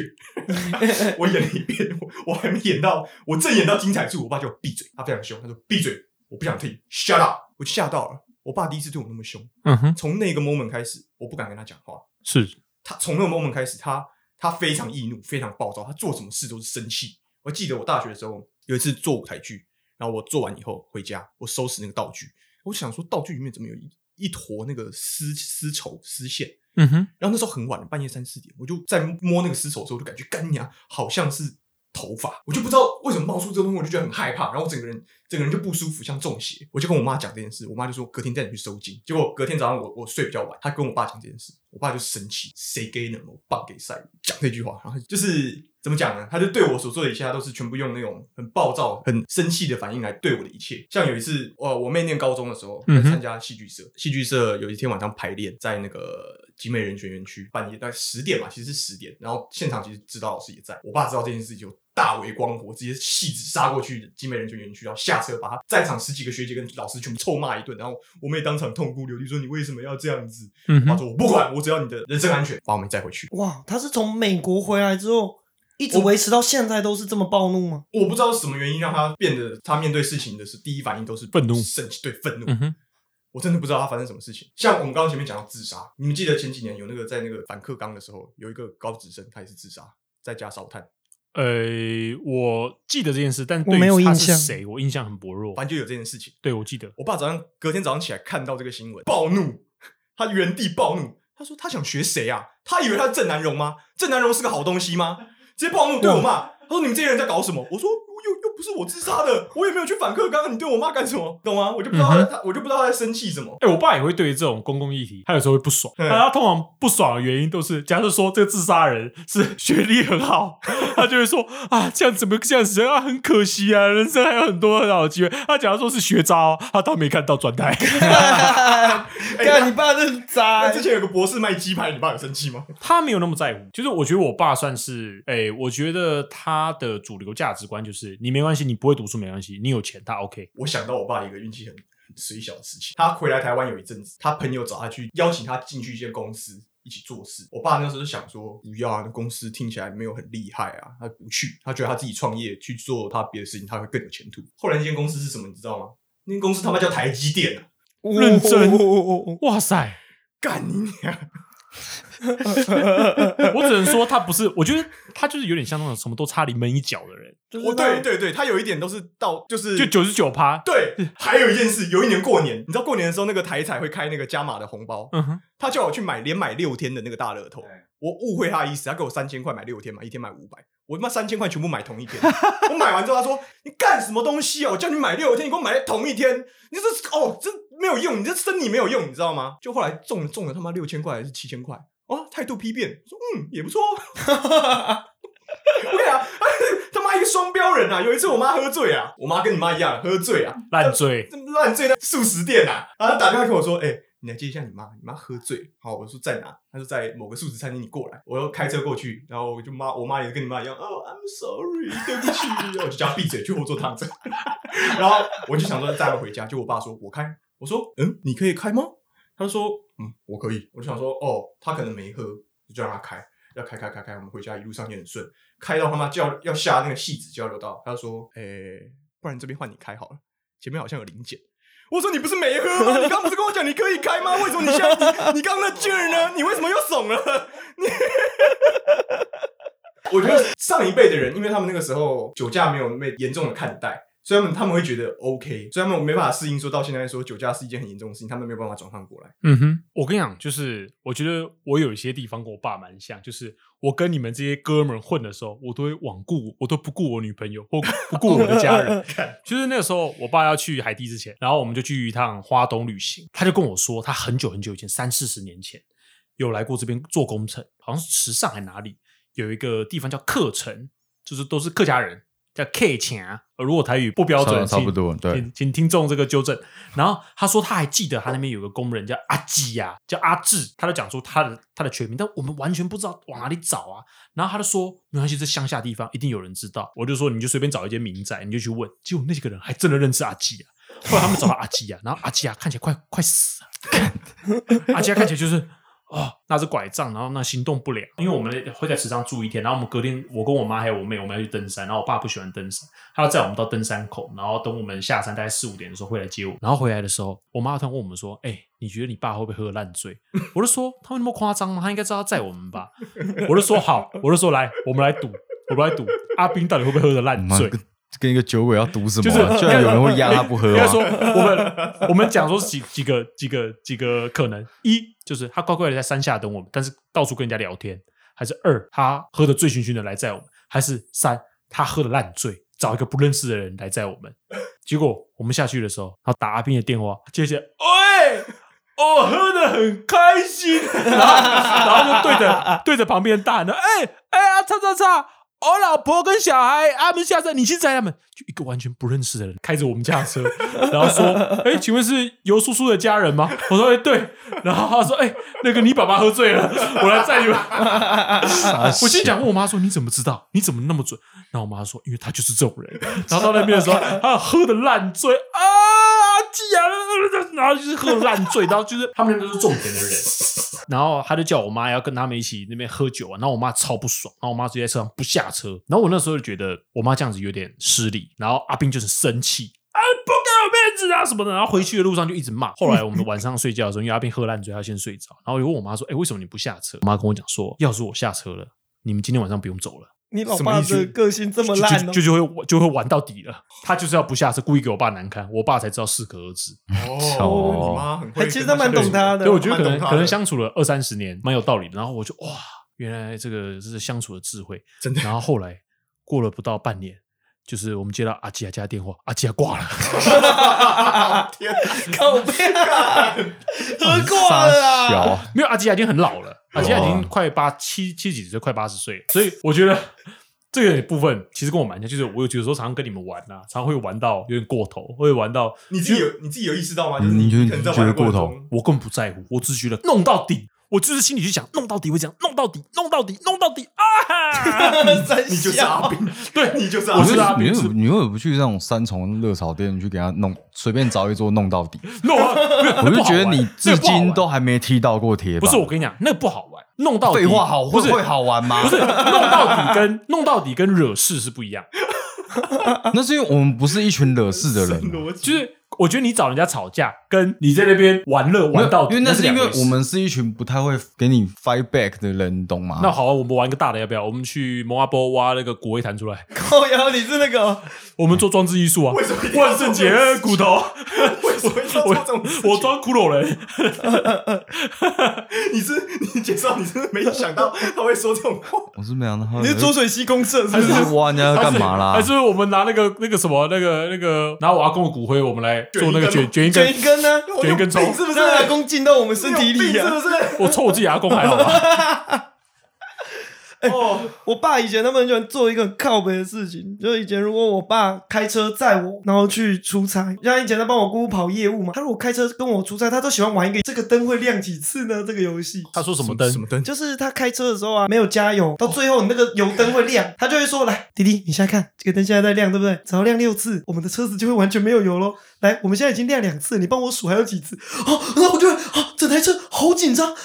我演了一遍，我我还没演到，我正演到精彩处，我爸就闭嘴，他非常凶，他说闭嘴，我不想听，shut up，我就吓到了，我爸第一次对我那么凶，
嗯哼，
从那个 moment 开始，我不敢跟他讲话。
是
他从那个 moment 开始，他他非常易怒，非常暴躁，他做什么事都是生气。我记得我大学的时候有一次做舞台剧，然后我做完以后回家，我收拾那个道具，我想说道具里面怎么有一一坨那个丝丝绸丝线，
嗯哼，
然后那时候很晚了，半夜三四点，我就在摸那个尸首的时候，我就感觉干娘好像是头发，我就不知道为什么冒出这个东西，我就觉得很害怕，然后我整个人整个人就不舒服，像中邪。我就跟我妈讲这件事，我妈就说隔天带你去收金。结果隔天早上我我睡比较晚，她跟我爸讲这件事，我爸就生气，谁给你我棒给塞，讲这句话，然后就是。怎么讲呢？他就对我所做的一切，他都是全部用那种很暴躁、很生气的反应来对我的一切。像有一次，呃，我妹念高中的时候，
嗯
在
哼
参加戏剧社，戏剧社有一天晚上排练，在那个集美人权园区，半夜大概十点吧，其实是十点。然后现场其实指导老师也在，我爸知道这件事情就大为光火，直接戏子杀过去集美人权园区，然后下车把他在场十几个学姐跟老师全部臭骂一顿，然后我妹当场痛哭流涕，说你为什么要这样子？
嗯
我爸
哼，
说我不管，我只要你的人身安全，把我们载回去。
哇，他是从美国回来之后，一直维持到现在都是这么暴怒吗？
我不知道是什么原因让他变得，他面对事情的是第一反应都是
愤怒
生气，对愤怒。
嗯哼，
我真的不知道他发生什么事情。像我们刚刚前面讲到自杀，你们记得前几年有那个在那个反课纲的时候，有一个高职生他也是自杀，在家烧炭，
呃，我记得这件事，但
我
对于
没有
他
印
是
象
谁，我印象很薄弱。
反正就有这件事情。
对，我记得，
我爸早上隔天早上起来看到这个新闻，暴怒， 他原地暴怒，他说他想学谁啊？他以为他是郑南荣吗？郑南荣是个好东西吗？直接暴怒对我骂，他说你们这些人在搞什么？我说又又不是我自杀的，我也没有去反课纲，你对我妈干什么？懂吗？我就不知道他在、他，我就不知道他在生气什么。
哎、我爸也会对这种公共议题，他有时候会不爽。
嗯
但他通常不爽的原因都是，假设说这个自杀人 是学历很好，他就会说啊，这样怎么这样子啊，很可惜啊，人生还有很多很好的机会。他假如说是学渣、哦，他倒没看到转台，
干你爸这是
那
渣
之，前有个博士卖鸡排，你爸有生气吗？
他没有那么在乎。就是我觉得我爸算是，哎、我觉得他的主流价值观就是，你没关系，你不会读书没关系，你有钱他 OK。
我想到我爸一个运气很水小的事情，他回来台湾有一阵子，他朋友找他去邀请他进去一间公司一起做事。我爸那时候就想说，不要啊，那公司听起来没有很厉害啊，他不去，他觉得他自己创业去做他别的事情，他会更有前途。后来那间公司是什么，你知道吗？那间公司他妈叫台积电啊！
认真
哦哦哦
哇塞！
干你娘！
我只能说他不是，我觉得他就是有点像那种什么都差临门一脚的人，
就 是
我
他
对对对，他有一点都是到就是
就九十九趴。
对，还有一件事，有一年过年，你知道过年的时候那个台彩会开那个加码的红包，
嗯哼，
他叫我去买连买六天的那个大乐透，我误会他的意思，他给我三千块买六天嘛，一天买五百，我他妈三千块全部买同一天，我买完之后他说你干什么东西啊？我叫你买六天，你给我买在同一天，你这是哦这没有用，你这生理没有用，你知道吗？就后来中了中了他妈六千块还是七千块，哦态度批变，我说嗯也不错哦， 我跟你讲，他妈一个双标人啊！有一次我妈喝醉啊，我妈跟你妈一样喝醉啊，
烂醉，
这么烂醉在素食店啊，然后他打电话跟我说，哎、你来接一下你妈，你妈喝醉。好，我说在哪？他说在某个素食餐厅，你过来。我要开车过去，然后我就妈，我妈也跟你妈一样，哦，I'm sorry，对不起，然后我就叫她闭嘴，去后座躺着。然后我就想说载她回家，就我爸说我开，我说嗯，你可以开吗？他说嗯，我可以。我就想说哦，他可能没喝，就叫他开，要开开开开，我们回家一路上也很顺，开到他妈交要下那个戏子交流道，他就说哎、不然这边换你开好了。前面好像有零检。我说你不是没喝吗？你刚不是跟我讲你可以开吗？为什么你现在你你刚那劲儿呢？你为什么又怂了？你我觉得上一辈的人，因为他们那个时候酒驾没有被严重的看待，所以他们他们会觉得 OK，所以他们没办法适应说到现在说酒驾是一件很严重的事情，他们没有办法转换过来。
嗯哼，我跟你讲，就是我觉得我有一些地方跟我爸蛮像，就是我跟你们这些哥们儿混的时候，我都会罔顾，我都不顾我女朋友或不顾我的家人。就是那个时候，我爸要去海地之前，然后我们就去一趟花东旅行，他就跟我说，他很久很久以前，三四十年前有来过这边做工程，好像是池上还哪里有一个地方叫客城，就是都是客家人，叫 K 钱。如果台语不标准，
差差不
请
多对
请请听众这个纠正。然后他说他还记得他那边有个工人叫阿基呀、叫阿志，他就讲出他的他的全名，但我们完全不知道往哪里找啊。然后他就说没关系，这乡下地方一定有人知道。我就说你就随便找一间民宅，你就去问。结果那几个人还真的认识阿基啊。后来他们找到阿基啊，然后阿基啊看起来快快死啊了，阿基啊看起来就是。哦，拿着拐杖，然后那行动不了，因为我们会在池上住一天，然后我们隔天，我跟我妈还有我妹，我们要去登山，然后我爸不喜欢登山，他要载我们到登山口，然后等我们下山大概四五点的时候会来接我。然后回来的时候，我妈突然问我们说：“哎、你觉得你爸会不会喝烂醉？” 我就说：“他会那么夸张吗？他应该知道他载我们吧？”我就说：“好。”我就说：“来，我们来赌，我们来赌，阿斌到底会不会喝的烂
妈
醉？”
跟跟一个酒鬼要赌什
就
么
是
啊？居然有人会压他不喝
应
啊
该！说，我们我们讲说几几个几个几个可能：一就是他乖乖的在山下等我们，但是到处跟人家聊天；还是二他喝的醉醺醺的来载我们；还是三他喝的烂醉，找一个不认识的人来载我们。结果我们下去的时候，他打阿斌的电话，接起来， 喂。我、哦喝的很开心，然后 然后就对着对着旁边大喊的，哎、哎呀，叉叉叉，我老婆跟小孩啊他们下山，你去载他们。就一个完全不认识的人开着我们家的车， 然后说：“哎、请问是尤叔叔的家人吗？”我说：“哎、对。”然后他说：“哎、那个你爸爸喝醉了，我来载你们。”
傻
我心
小
想问我妈说：“你怎么知道？你怎么那么准？”然后我妈说：“因为他就是这种人。”然后到那边的时候，他喝的烂醉啊，既然 然后就是喝得烂醉，然后就是他们那边都是重点的人。然后他就叫我妈要跟他们一起那边喝酒啊，然后我妈超不爽，然后我妈直接在车上不下车。然后我那时候就觉得我妈这样子有点失礼，然后阿斌就是生气。啊，不给我面子啊什么的，然后回去的路上就一直骂。后来我们晚上睡觉的时候，因为阿斌喝烂醉，他先睡着，然后我就问我妈说：“哎、为什么你不下车？”我妈跟我讲说：“要是我下车了，你们今天晚上不用走了。”
你老
什么
爸
意思
的个性这么烂哦
就就，就会就会玩到底了。他就是要不下车，故意给我爸难堪，我爸才知道适可而止。
哦，你妈很会，
哎其实他蛮懂他的
对，我觉得可能
蛮懂他
可
的
能相处了二三十年，蛮有道理的。然后我就哇，原来这个是相处的智慧。
真的
然后后来过了不到半年，就是我们接到阿吉亚家电话，阿吉亚挂了，
天
靠背啊，喝挂了
傻
啊！
小，
没有阿吉亚已经很老了，阿吉亚已经
哇
快八七七几岁，快八十岁了，所以我觉得。这个部分其实跟我蛮像，就是我有有时候常常跟你们玩啊，常常会玩到有点过头，会玩到
你自己有你自己有意识到吗？
嗯
就是
你觉得
可能在
你觉得
玩的
过
程
头
中？
我更不在乎，我只是觉得弄到底，我就是心里去想弄到底，我讲弄到底，弄到底，弄到底啊！
三
你就是阿
小
兵，
对
你就是阿
我
兵，
是啊
你为
我是
什么你为什么不去那种三重热炒店去给他弄，随便找一桌弄到底？
弄完，
我就觉得你
那
至
个不好玩
今都还没踢到过铁
不
板。
是我跟你讲，那个不好玩，弄到底
废话好，
不
会
是
会好玩吗？
不是弄到底跟弄到底跟惹事是不一样，
那是因为我们不是一群惹事的人
神
啊，
逻辑
就是我觉得你找人家吵架，跟你在那边玩乐玩到底，
因为
那
那是因
两
为
回事
我。们是一群不太会给你 fight back 的人，你懂吗？
那好啊，我们玩个大的，要不要？我们去蒙阿波挖那个骨灰坛出来，
靠腰，你是那个哦
我们做装置艺术啊！
为什么一定要
万圣节哎
做这种事
骨头，
为什么要做这种事情
我装骷髅人，
你是 你介绍，你真的没 想到他会说这种话。
我是没想到他会，
你是浊水溪公社是不？
就是是挖人家要干嘛啦
还？是还是我们拿那个那个什么那个那个拿我阿公的骨灰，我们来做那个
卷一
卷
根
卷一根
卷。一根呢？
我有
卷一根葱
病是不是？
让阿公进到我们身体
你有
里
病
啊！
是不是？
我抽我自己阿公还好啊吧？哎
哦，
我爸以前他们很喜欢做一个很靠北的事情，就是以前如果我爸开车载我，然后去出差，像以前他帮我姑姑跑业务嘛，他如果开车跟我出差，他都喜欢玩一个这个灯会亮几次呢？这个游戏。
他说什么灯？
什么灯？
就是他开车的时候啊，没有加油，到最后你那个油灯会亮，他就会说：“来，弟弟，你现在看这个灯现在在亮，对不对？只要亮六次，我们的车子就会完全没有油喽。来，我们现在已经亮两次，你帮我数还有几次？哦，然后我就会哦，整台车好紧张啊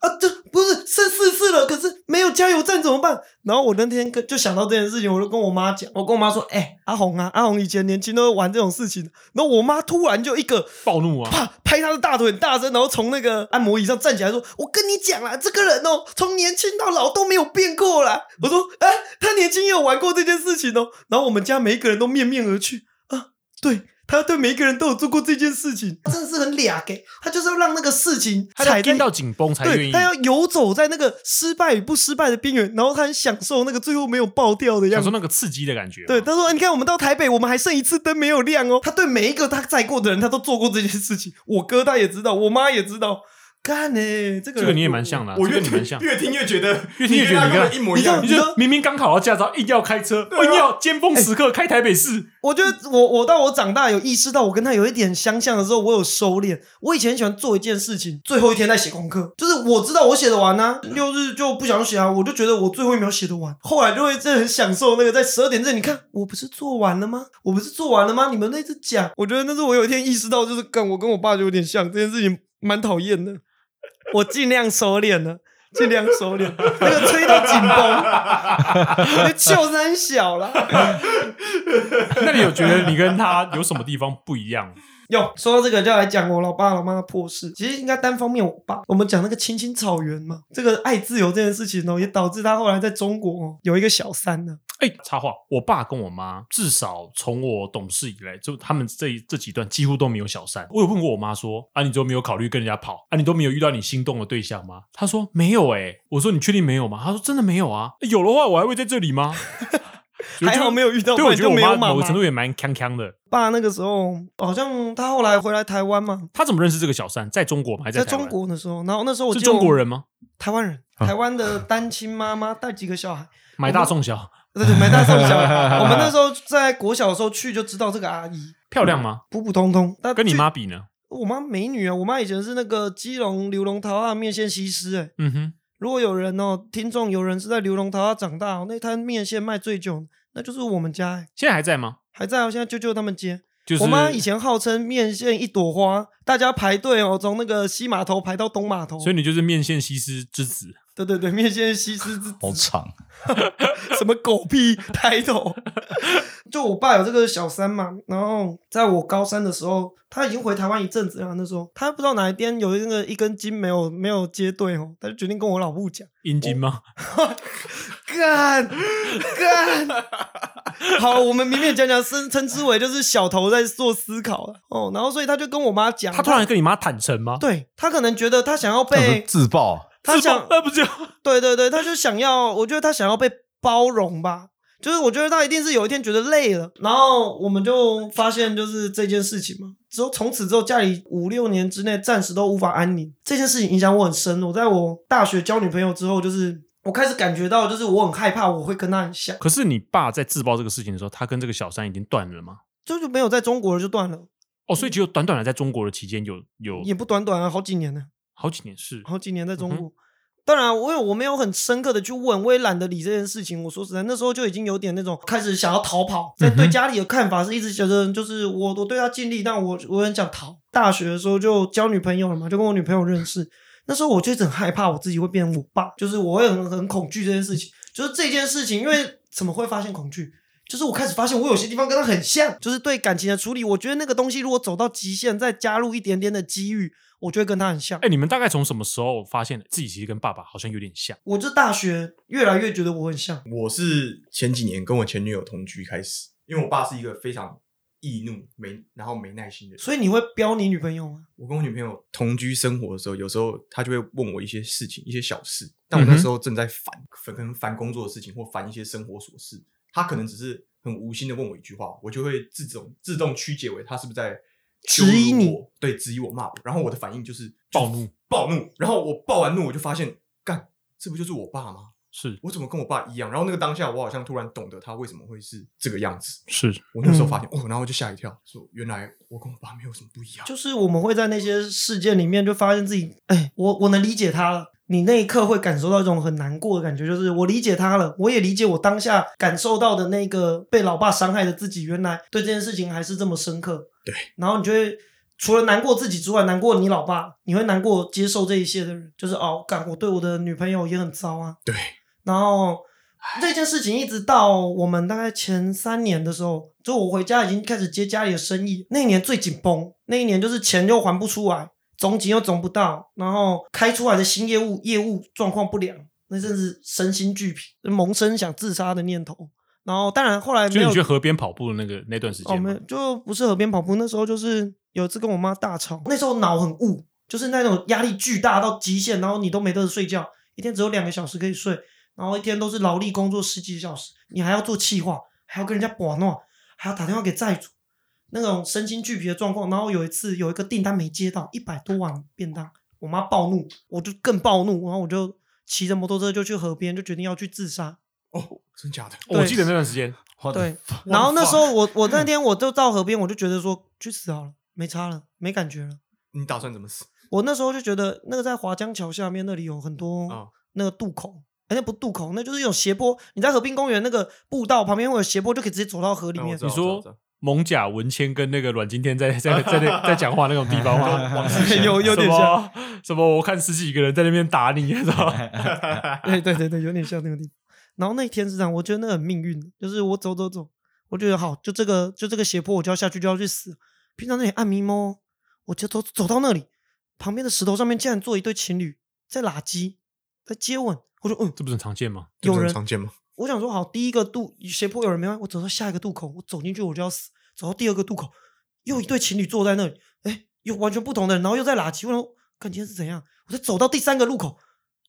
啊！这不是剩四次了，可是没有加油站怎么办？然后我那天跟就想到这件事情，我就跟我妈讲，我跟我妈说：，哎、阿红啊，阿红以前年轻都会玩这种事情。然后我妈突然就一个
暴怒啊！
啪拍他的大腿很大声，然后从那个按摩椅上站起来说：“我跟你讲啦，这个人哦，从年轻到老都没有变过啦。”我说：“哎、他年轻也有玩过这件事情哦。”然后我们家每一个人都面面而去啊，对。他对每一个人都有做过这件事情，他真的是很俩给，他就是要让那个事情
他要
踩在
盯到紧绷才愿
对，
意。
他要游走在那个失败与不失败的边缘，然后他很享受那个最后没有爆掉的
享
样子
受。那个刺激的感觉。
对，，他说：“你看，我们到台北，我们还剩一次灯没有亮哦。”他对每一个他载过的人，他都做过这件事情。我哥他也知道，我妈也知道。干呢、这个
这个你也蛮像的啊，
我
这
越
个你
听
蛮 像。
越听越觉得，
越听越觉
跟
得
他
你
跟
跟
我
他
一模一样
你。
你
知道
就明明刚考到驾照，硬要开车，
啊
硬要尖峰时刻开台北市，
我觉得我我到我长大有意识到我跟他有一点相像的时候，我有收敛。我以前很喜欢做一件事情，最后一天在写功课，就是我知道我写得完啊，六日就不想写啊，我就觉得我最后一秒写得完。后来就会真的很享受那个在十二点这，你看我不是做完了吗？我不是做完了吗？你们那直讲，我觉得那是我有一天意识到，就是跟我跟我爸就有点像，这件事情蛮讨厌的。我尽量收敛了，尽量收敛， 那个吹到紧绷， 我就袖三小了。
那你有觉得你跟他有什么地方不一样？
有说到这个，就要来讲我老爸老妈的破事。其实应该单方面我爸，我们讲那个青青草原嘛，这个爱自由这件事情哦，也导致他后来在中国哦有一个小三呢。
哎、插话，我爸跟我妈至少从我懂事以来，就他们这一这几段几乎都没有小三。我有问过我妈说：“啊，你都没有考虑跟人家跑？啊，你都没有遇到你心动的对象吗？”她说：“没有。”哎，我说：“你确定没有吗？”她说：“真的没有啊。有的话，我还会在这里吗？”
还好没有遇到，
对，
不
我
然
觉得
就
我
没有妈
某个
妈
程。度也蛮锵锵的。
爸那个时候好像他后来回来台湾嘛，
她怎么认识这个小三？在中国吗？还是
在
台湾
中国的时候，然后那时候我
是
记得
中
我
国人啊吗？
台湾人，台湾的单亲妈妈带几个小孩，啊
买大送小，
对对， 买大送小
啊
孩。我们那时候在国小的时候去就知道这个阿姨
漂亮吗？
普普通通，但
跟你
去
妈比呢？
我妈美女啊，我妈以前是那个基隆刘龙桃花面线西施哎、
嗯哼，
如果有人哦，听众有人是在刘龙桃花长大、哦，那摊面线卖最久，那就是我们家、哎，
现在还在吗？
还在哦，现在舅舅他们街。
就是
我妈以，前号称面线一朵花，大家排队哦，从那个西码头排到东码头。
所以你就是面线西施之子。
对对对，面线西施之
好长，
什么狗屁 抬头？就我爸有这个小三嘛，然后在我高三的时候，他已经回台湾一阵子了。那时候他不知道哪一边有那个一根筋没有没有接对哦，他就决定跟我老母讲，
阴茎吗？
干干。 好了，我们明面讲讲，称称之为就是小头在做思考了哦。然后所以他就跟我妈讲，
他突然跟你妈坦诚吗？
对他可能觉得他想要
那 不是
被
自爆啊，
他想
呃 那不就
对对对，他就想要，我觉得他想要被包容吧。就是我觉得他一定是有一天觉得累了，然后我们就发现就是这件事情嘛。之后从此之后，家里五六年之内暂时都无法安宁，这件事情影响我很深。我在我大学交女朋友之后，就是我开始感觉到，就是我很害怕我会跟她很像，
可是你爸在自曝这个事情的时候，他跟这个小三已经断了吗？
就就没有在中国了，就断了，
哦，所以只有短短的在中国的期间有有
嗯也不短短啊，好几年呢、
好几年是
好几年在
嗯
中
哼
国。当然，我有我没有很深刻的去问，我也懒得理这件事情。我说实在，那时候就已经有点那种开始想要逃跑，
嗯
在对家里的看法是一直觉得就是我我对他尽力，但我我很想逃。大学的时候就交女朋友了嘛，就跟我女朋友认识。那时候我就一直很害怕我自己会变成我爸，就是我会很很恐惧这件事情。就是这件事情，因为怎么会发现恐惧？就是我开始发现我有些地方跟他很像，就是对感情的处理，我觉得那个东西如果走到极限，再加入一点点的机遇，我就会跟他很像
哎、。你们大概从什么时候发现自己其实跟爸爸好像有点像？
我这大学越来越觉得我很像，
我是前几年跟我前女友同居开始，因为我爸是一个非常易怒、没然后没耐心的人。
所以你会标你女朋友吗？
我跟我女朋友同居生活的时候，有时候她就会问我一些事情、一些小事，但
嗯
我那时候正在烦，可能烦工作的事情或烦一些生活琐事，她可能只是很无心的问我一句话，我就会自动自动曲解为她是不是在
质
羞
疑
辱
你
我，对，质疑我骂我，然后我的反应就是
暴怒，
暴怒，然后我暴完怒，我就发现，干，这不就是我爸吗？
是
我怎么跟我爸一样？然后那个当下，我好像突然懂得他为什么会是这个样子。
是，
我那时
嗯
候发现，哦，然后我就吓一跳，说原来我跟我爸没有什么不一样。
就是我们会在那些事件里面就发现自己，哎，我我能理解他了。你那一刻会感受到一种很难过的感觉，就是我理解他了，我也理解我当下感受到的那个被老爸伤害的自己，原来对这件事情还是这么深刻。
对，
然后你就会除了难过自己之外，难过你老爸，你会难过接受这一切的人，就是哦，感我对我的女朋友也很糟啊，
对，
然后这件事情一直到我们大概前三年的时候，就我回家已经开始接家里的生意，那一年最紧绷，那一年就是钱又还不出来，总金又总不到，然后开出来的新业务业务状况不良，那阵子身心俱疲，萌生想自杀的念头。然后当然后来没
所以
有
你去河边跑步的那个那段时
哦，
间
没
吗，
有就不是河边跑步，那时候就是有一次跟我妈大吵，那时候脑很雾，就是那种压力巨大到极限，然后你都没得睡觉，一天只有两个小时可以睡，然后一天都是劳力工作十几个小时，你还要做企划，还要跟人家把闹，还要打电话给债主，那种身心俱疲的状况。然后有一次有一个订单没接到，一百多碗便当，我妈暴怒，我就更暴怒，然后我就骑着摩托车就去河边，就决定要去自杀。
哦，真假的？
哦我
对
记得那段时间，
What the
对
fuck？，
然后那时候我我那
嗯
天我就到河边，我就觉得说去死好了，没差了，没感觉了。
你打算怎么死？
我那时候就觉得那个在华江桥下面那里有很多
哦
那个渡口，哎、那不渡口，那就是有斜坡。你在河滨公园那个步道旁边会有斜坡，就可以直接走到河里
那我
面
知。道
你说
我知道
蒙甲文谦跟那个阮经天在 在在在在讲话那种地方 吗？
有有点像，
像什么？我看十几个人在那边打你，知 道吗？
对对对对，有点像那个地方。然后那天是这样，我觉得那很命运，就是我走走走，我觉得好，就这个就这个斜坡，我就要下去，就要去死。平常那里暗迷蒙，我就走走到那里，旁边的石头上面竟然坐一对情侣在拉鸡，在接吻。我说嗯，
这不是很常见吗？
这不
有
是很
人
常见吗？
我想说好，第一个渡斜坡有人没关系，我走到下一个渡口，我走进去我就要死。走到第二个渡口，又一对情侣坐在那里，哎，又完全不同的人，然后又在拉起，我想说看今天是怎样？我再走到第三个路口，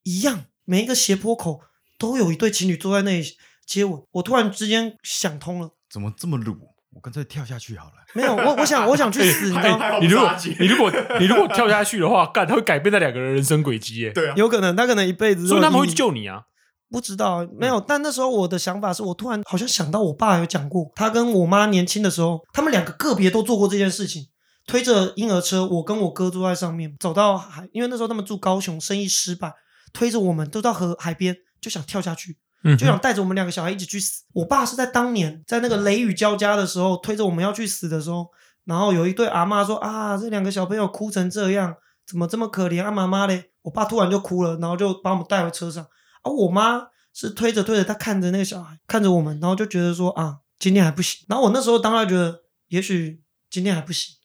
一样，每一个斜坡口都有一对情侣坐在那里接吻。我突然之间想通了，
怎么这么鲁？我干脆跳下去好了。
没有，我我想我想去死，你 知道吗？
你如果
还好不是阿杰
你 如果你如果跳下去的话，干，他会改变那两个人人生轨迹耶。
对啊，
有可能他可能一辈子都
所以他们会去
阴影
救你啊。
不知道，没有。但那时候我的想法是我突然好像想到我爸有讲过，他跟我妈年轻的时候，他们两个个别都做过这件事情，推着婴儿车，我跟我哥坐在上面，走到海，因为那时候他们住高雄，生意失败，推着我们都到河海边，就想跳下去，
嗯
就想带着我们两个小孩一起去死。我爸是在当年在那个雷雨交加的时候，推着我们要去死的时候，然后有一对阿嬷说啊，这两个小朋友哭成这样，怎么这么可怜啊，妈妈嘞？我爸突然就哭了，然后就把我们带回车上。啊，我妈是推着推着，她看着那个小孩，看着我们，然后就觉得说啊，今天还不行。然后我那时候当然觉得，也许今天还不行。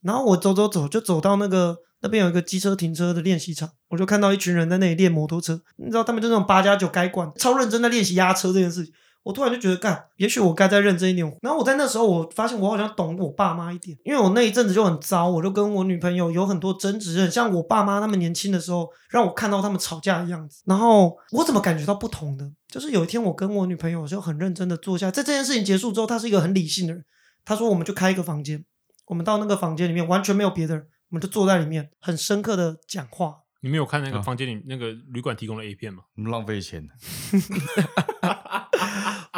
然后我走走走，就走到那个那边有一个机车停车的练习场，我就看到一群人在那里练摩托车。你知道他们就那种八加九改管，超认真在练习压车这件事情。我突然就觉得，干，也许我该再认真一点。然后我在那时候，我发现我好像懂我爸妈一点，因为我那一阵子就很糟，我就跟我女朋友有很多争执，很像我爸妈他们年轻的时候，让我看到他们吵架的样子。然后我怎么感觉到不同的？就是有一天，我跟我女朋友就很认真的坐下，在这件事情结束之后，她是一个很理性的人，她说我们就开一个房间，我们到那个房间里面完全没有别的人，我们就坐在里面，很深刻的讲话，
你们有看那个
啊
房间里、那个旅馆提供的 A 片吗？
你们浪费钱。啊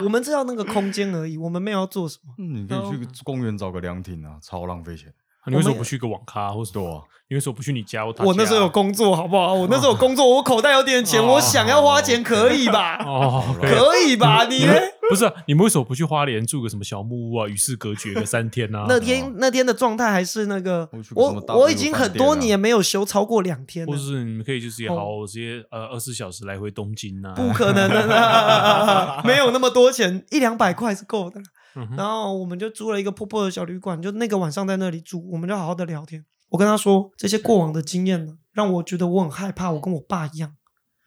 我们只要那个空间而已，我们没有要做什么。
嗯，你可以去公园找个凉亭啊，超浪费钱。
啊你为什么不去一个网咖或者
对啊，
你为什么不去你家或他家？
我那时候有工作，好不好？我那时
哦
候有工作，我口袋有点钱，
哦
我想要花钱，可以吧？
哦，可以
可以
嗯
吧？你
你
呢
们不是、啊、你们为什么不去花莲住个什么小木屋啊，与世隔绝个三天啊？
那天那天的状态还是那个
嗯我去，过什么
我
大陆
我已经很多
饭店啊
年没有休超过两天
或
了
者，是你们可以就是也
哦
好，我直接呃二十四小时来回东京啊。
不可能的啦，没有那么多钱，一两百块是够的啦。
嗯哼
然后我们就租了一个破破的小旅馆，就那个晚上在那里住，我们就好好的聊天。我跟他说这些过往的经验呢，让我觉得我很害怕，我跟我爸一样。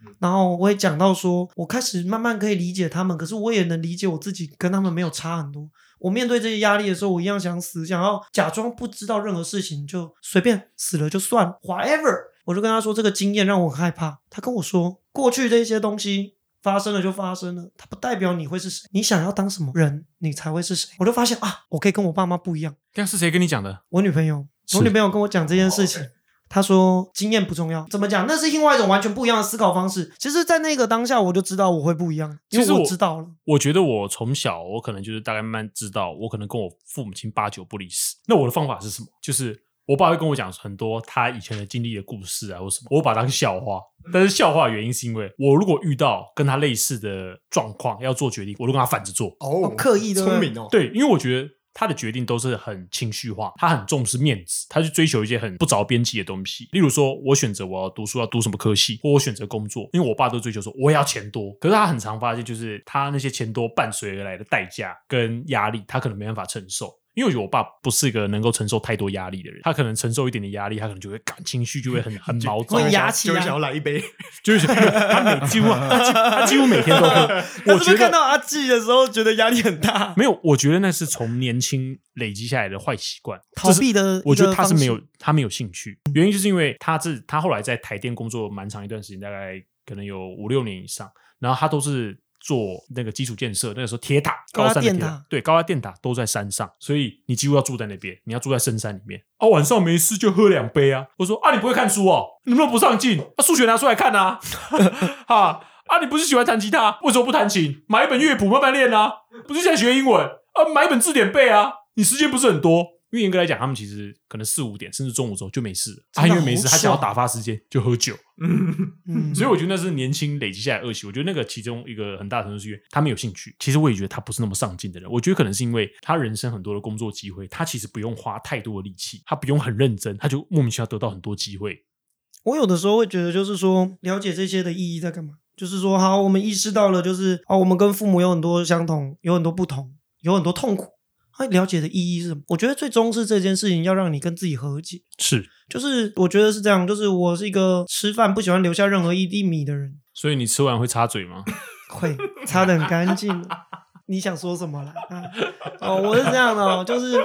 嗯
然后我也讲到说，我开始慢慢可以理解他们，可是我也能理解我自己，跟他们没有差很多。我面对这些压力的时候，我一样想死，想要假装不知道任何事情，就随便死了就算了，whatever。我就跟他说这个经验让我很害怕，他跟我说过去这些东西发生了就发生了，它不代表你会是谁，你想要当什么人，你才会是谁。我就发现啊，我可以跟我爸妈不一样。
刚是谁跟你讲的？
我女朋友，
是哦
我女朋友跟我讲这件事情，她说经验不重要，怎么讲？那是另外一种完全不一样的思考方式。其实，在那个当下，我就知道我会不一样，
其
因为
实
我知道了。
我觉得我从小，我可能就是大概慢慢知道，我可能跟我父母亲八九不离十。那我的方法是什么？就是我爸会跟我讲很多他以前的经历的故事啊，或什么，我把它当笑话。但是笑话的原因是因为我如果遇到跟他类似的状况要做决定，我都跟他反着做。
哦
哦刻意的
聪明哦，，
对，因为我觉得他的决定都是很情绪化，他很重视面子，他去追求一些很不着边际的东西。例如说，我选择我要读书要读什么科系，或我选择工作，因为我爸都追求说我也要钱多。可是他很常发现，就是他那些钱多伴随而来的代价跟压力，他可能没办法承受。因为我觉得我爸不是一个能够承受太多压力的人，他可能承受一点点压力，他可能就会感情绪就会很很 毛躁，
会压起
就
来
会想要来一 杯，
就是他每几乎他几他几乎每天 都喝。我
她是
觉
不是
得
看到阿纪的时候，觉得压力很大，
没有，我觉得那是从年轻累积下来的坏习惯，
逃避的
这是我觉得他是没
一
有
个
他没有兴趣，原因就是因为他是他后来在台电工作蛮长一段时间，大概可能有五六年以上，然后他都是。做那个基础建设，那个时候铁塔、
高
高
压
山的
电
铁塔
塔，
对，高压电塔都在山上，所以你几乎要住在那边，你要住在深山里面啊。晚上没事就喝两杯啊。我说啊，你不会看书 哦，你能不能不上进？把、数学拿出来看啊，啊啊，你不是喜欢弹吉他，为什么不弹琴？买一本乐谱慢慢练啊。不是想学英文啊，买一本字典背啊，你时间不是很多。因为严格来讲，他们其实可能四五点甚至中午之后就没事了，他、
真
因
的
为没事，
好
他想要
爽
打发时间就喝酒，
嗯，
嗯，
所以我觉得那是年轻累积下来的恶习。我觉得那个其中一个很大程度是因为他没有兴趣。其实我也觉得他不是那么上进的人，我觉得可能是因为他人生很多的工作机会，他其实不用花太多的力气，他不用很认真，他就莫名其妙得到很多机会。
我有的时候会觉得，就是说了解这些的意义在干嘛？就是说，好，我们意识到了，就是啊，我们跟父母有很多相同，有很多不同，有很多痛苦。那了解的意义是什么？我觉得最终是这件事情要让你跟自己和解。
是，
就是我觉得是这样，就是我是一个吃饭不喜欢留下任何一粒米的人，
所以你吃完会插嘴 吗？
会擦的很干净。你想说什么啦？啊哦，我是这样的、哦，就是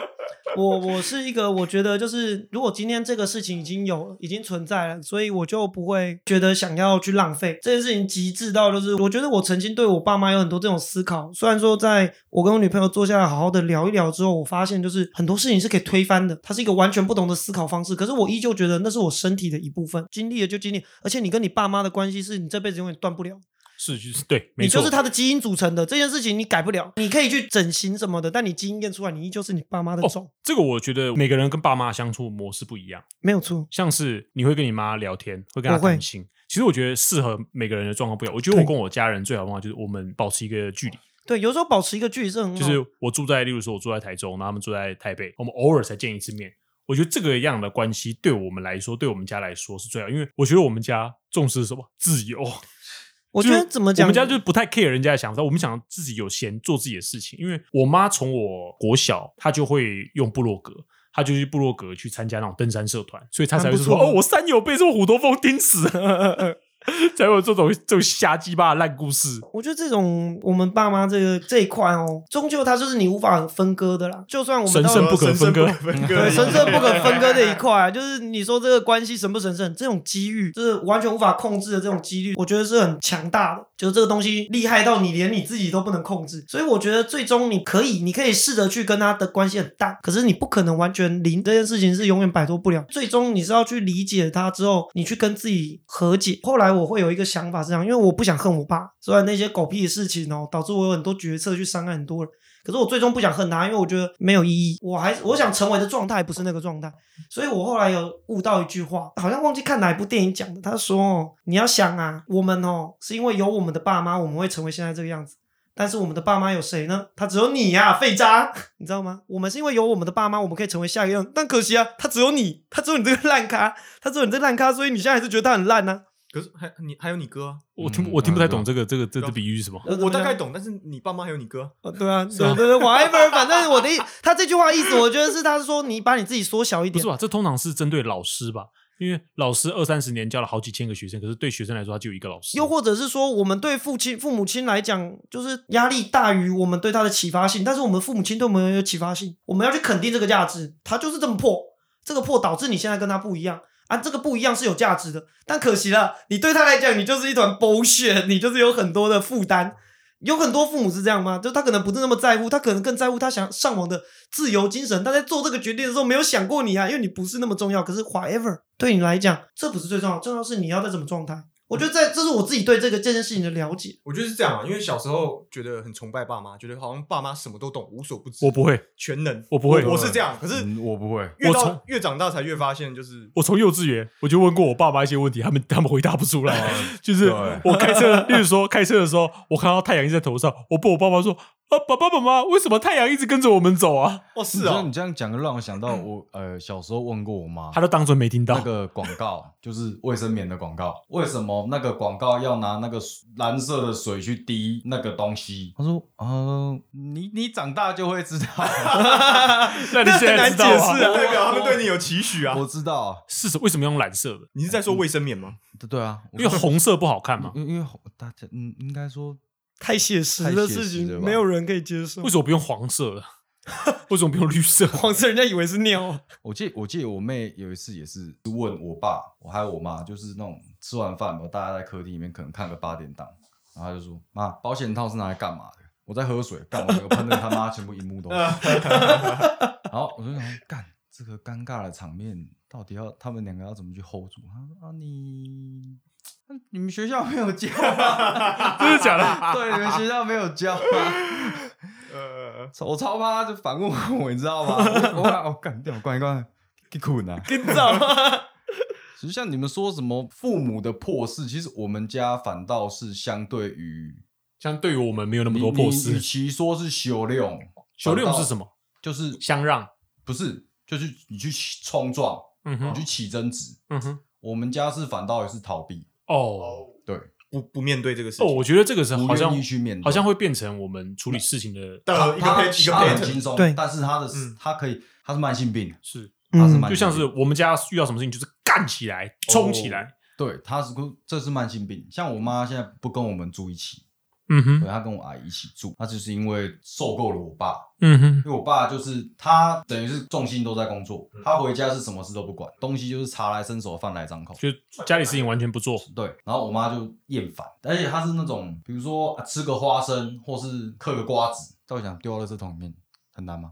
我我是一个，我觉得就是如果今天这个事情已经有了，已经存在了，所以我就不会觉得想要去浪费这件事情。极致到就是，我觉得我曾经对我爸妈有很多这种思考。虽然说，在我跟我女朋友坐下来好好的聊一聊之后，我发现就是很多事情是可以推翻的，它是一个完全不同的思考方式。可是我依旧觉得那是我身体的一部分，经历了就经历，而且你跟你爸妈的关系是你这辈子永远断不了。
是，就是对，没
你
错，
就是他的基因组成的这件事情，你改不了。你可以去整形什么的，但你基因验出来，你依旧是你爸
哦
妈的种，
这个我觉得每个人跟爸妈相处模式不一样，
没有错。
像是你会跟你妈聊天，会跟她
我会
谈心。其实我觉得适合每个人的状况不一样。我觉得我跟我家人最好的方法就是我们保持一个距离，
对，有时候保持一个距离是很好。
就是我住在，例如说我住在台中，然后他们住在台北，我们偶尔才见一次面。我觉得这个样的关系对我们来说，对我们家来说是最好，因为我觉得我们家重视什么自由，
我觉得怎么讲，
我们家就是不太 care 人家的想法，我们想自己有闲做自己的事情。因为我妈从我国小，她就会用部落格，她就去部落格去参加那种登山社团，所以她才会
蛮不
说：“
错啊
哦，我山友被这个虎头蜂叮死。” 才会有这种这种瞎鸡巴的烂故事。
我觉得这种我们爸妈这个这一块哦，终究它就是你无法分割的啦。就算我们
神
到
圣不可分割
神圣不可分割
对神圣不可分割的一块，啊就是你说这个关系神不神圣，这种机遇就是完全无法控制的这种几率，我觉得是很强大的。就是这个东西厉害到你连你自己都不能控制，所以我觉得最终你可以，你可以试着去跟他的关系很淡，可是你不可能完全零，这件事情是永远摆脱不了。最终你是要去理解他之后，你去跟自己和解。后来我会有一个想法是这样，因为我不想恨我爸，虽然那些狗屁的事情哦，导致我有很多决策去伤害很多人。可是我最终不想恨他，因为我觉得没有意义。我还我想成为的状态不是那个状态，所以我后来有悟到一句话，好像忘记看哪一部电影讲的。他说：“哦，你要想啊，我们哦是因为有我们的爸妈，我们会成为现在这个样子。但是我们的爸妈有谁呢？他只有你呀、废渣， 你知道吗？我们是因为有我们的爸妈，我们可以成为下一个样子。但可惜啊，他只有你，他只有你这个 烂咖，他只有你这烂咖，所以你现在还是觉得他很烂啊呢、
可是还你还有你哥啊，
我听不
嗯
我听不太
嗯
懂这个这个这
对
个
啊
比喻是什么。
呃
我大概懂，但是你爸妈还有你哥啊，
呃对啊，对对对，whatever，反正我的意，他这句话意思，我觉得是他说你把你自己缩小一
不
点
是。吧？这通常是针对老师吧，因为老师二三十年教了好几千个学生，可是对学生来说，他就有一个老师。
又或者是说，我们对父亲、父母亲来讲，就是压力大于我们对他的启发性，但是我们父母亲对我们有启发性，我们要去肯定这个价值，他就是这么破，这个破导致你现在跟他不一样啊，这个不一样是有价值的，但可惜了，你对他来讲，你就是一团 bullshit，你就是有很多的负担。有很多父母是这样吗？就他可能不是那么在乎，他可能更在乎他想上网的自由精神。他在做这个决定的时候没有想过你啊，因为你不是那么重要。可是 whatever，对你来讲，这不是最重要，重要是你要在什么状态。我觉得在这是我自己对这个这件事情的了解。
我觉得是这样啊，因为小时候觉得很崇拜爸妈，觉得好像爸妈什么都懂，无所不知，
我不会，
全能，
我不会
我是这样。可是
嗯我不会，
越
我
到
从
越长大才越发现，就是
我从幼稚园我就问过我爸妈一些问题，他们他们回答不出来。 就是
对
我开车， 例如说开车的时候，我看到太阳一直在头上，我问我爸妈说：“啊，爸爸妈妈，为什么太阳一直跟着我们走啊
哦
你
是
知道
啊
你， 这样讲，让我想到我呃小时候问过我妈？”，
他都当成没听到
那。个广告就是卫生棉的广告，为什么那个广告要拿那个水蓝色的水去滴那个东西？他说：“呃，你你长大就会知道，
那你现在知道
解释
啊？
啊，代表他们对你有期许啊。
我知道啊，
是什为什么要用蓝 色的？
你是在说卫生棉吗？
对对啊，我
因为红色不好看嘛。
因为因为大家嗯应该说
太写实
太
的
写
事
实了
情，
吧
没有人可以接受
为。什么不用黄色 的？为什么不用绿色？
黄色人家以为是尿，
我记我记得我妹有一次也是问我爸，我还有我妈，就是那种吃完饭，然后大家在客厅里面可能看个八点档，然后她就说：“妈，保险套是拿来干嘛的？”我在喝水，干我整个喷的他妈全部一幕都 是。然后我就想说干这个尴尬的场面，到底要他们两个要怎么去 hold 住？他说：“啊你。”你们学校没有教、啊，
真的假的？
对，你们学校没有教、啊。
呃，
我超怕他就反问我，你知道 吗？我我我干掉，关一关，给困啊！
你知道吗？
其实像你们说什么父母的破事，其实我们家反倒是相对于
相对于我们没有那
那
么多破
与
事。
其说是修炼，
小六
反倒
是什？么？
就是
相让。
不是就是你去起冲撞，
嗯
你去
哼，
起争执。
嗯哼。
我们家是反倒也是逃避，
哦
对，
不不面对这个事
哦，
情，
我觉得这个是
不
好像
愿意去面对，
好像会变成我们处理事情的，
的一个
他
page 一个
他很
page，
轻松，
对
但是他的
嗯
他可以他是慢性病，
是
他是慢性
嗯
病
就像是我们家遇到什么事情就是干起来、冲起来。
对，他是这是慢性病。像我妈现在不跟我们住一起，对，
嗯哼，
她跟我阿姨一起住，她就是因为受够了我爸，
嗯哼，
因为我爸就是他，等于是重心都在工作，
嗯
他回家是什么事都不管，东西就是茶来伸手，饭来张口。
就家里事情完全不做。
对，然后我妈就厌烦，而且她是那种，比如说、啊吃个花生或是嗑个瓜子，到底想丢到垃圾桶里面，很难吗？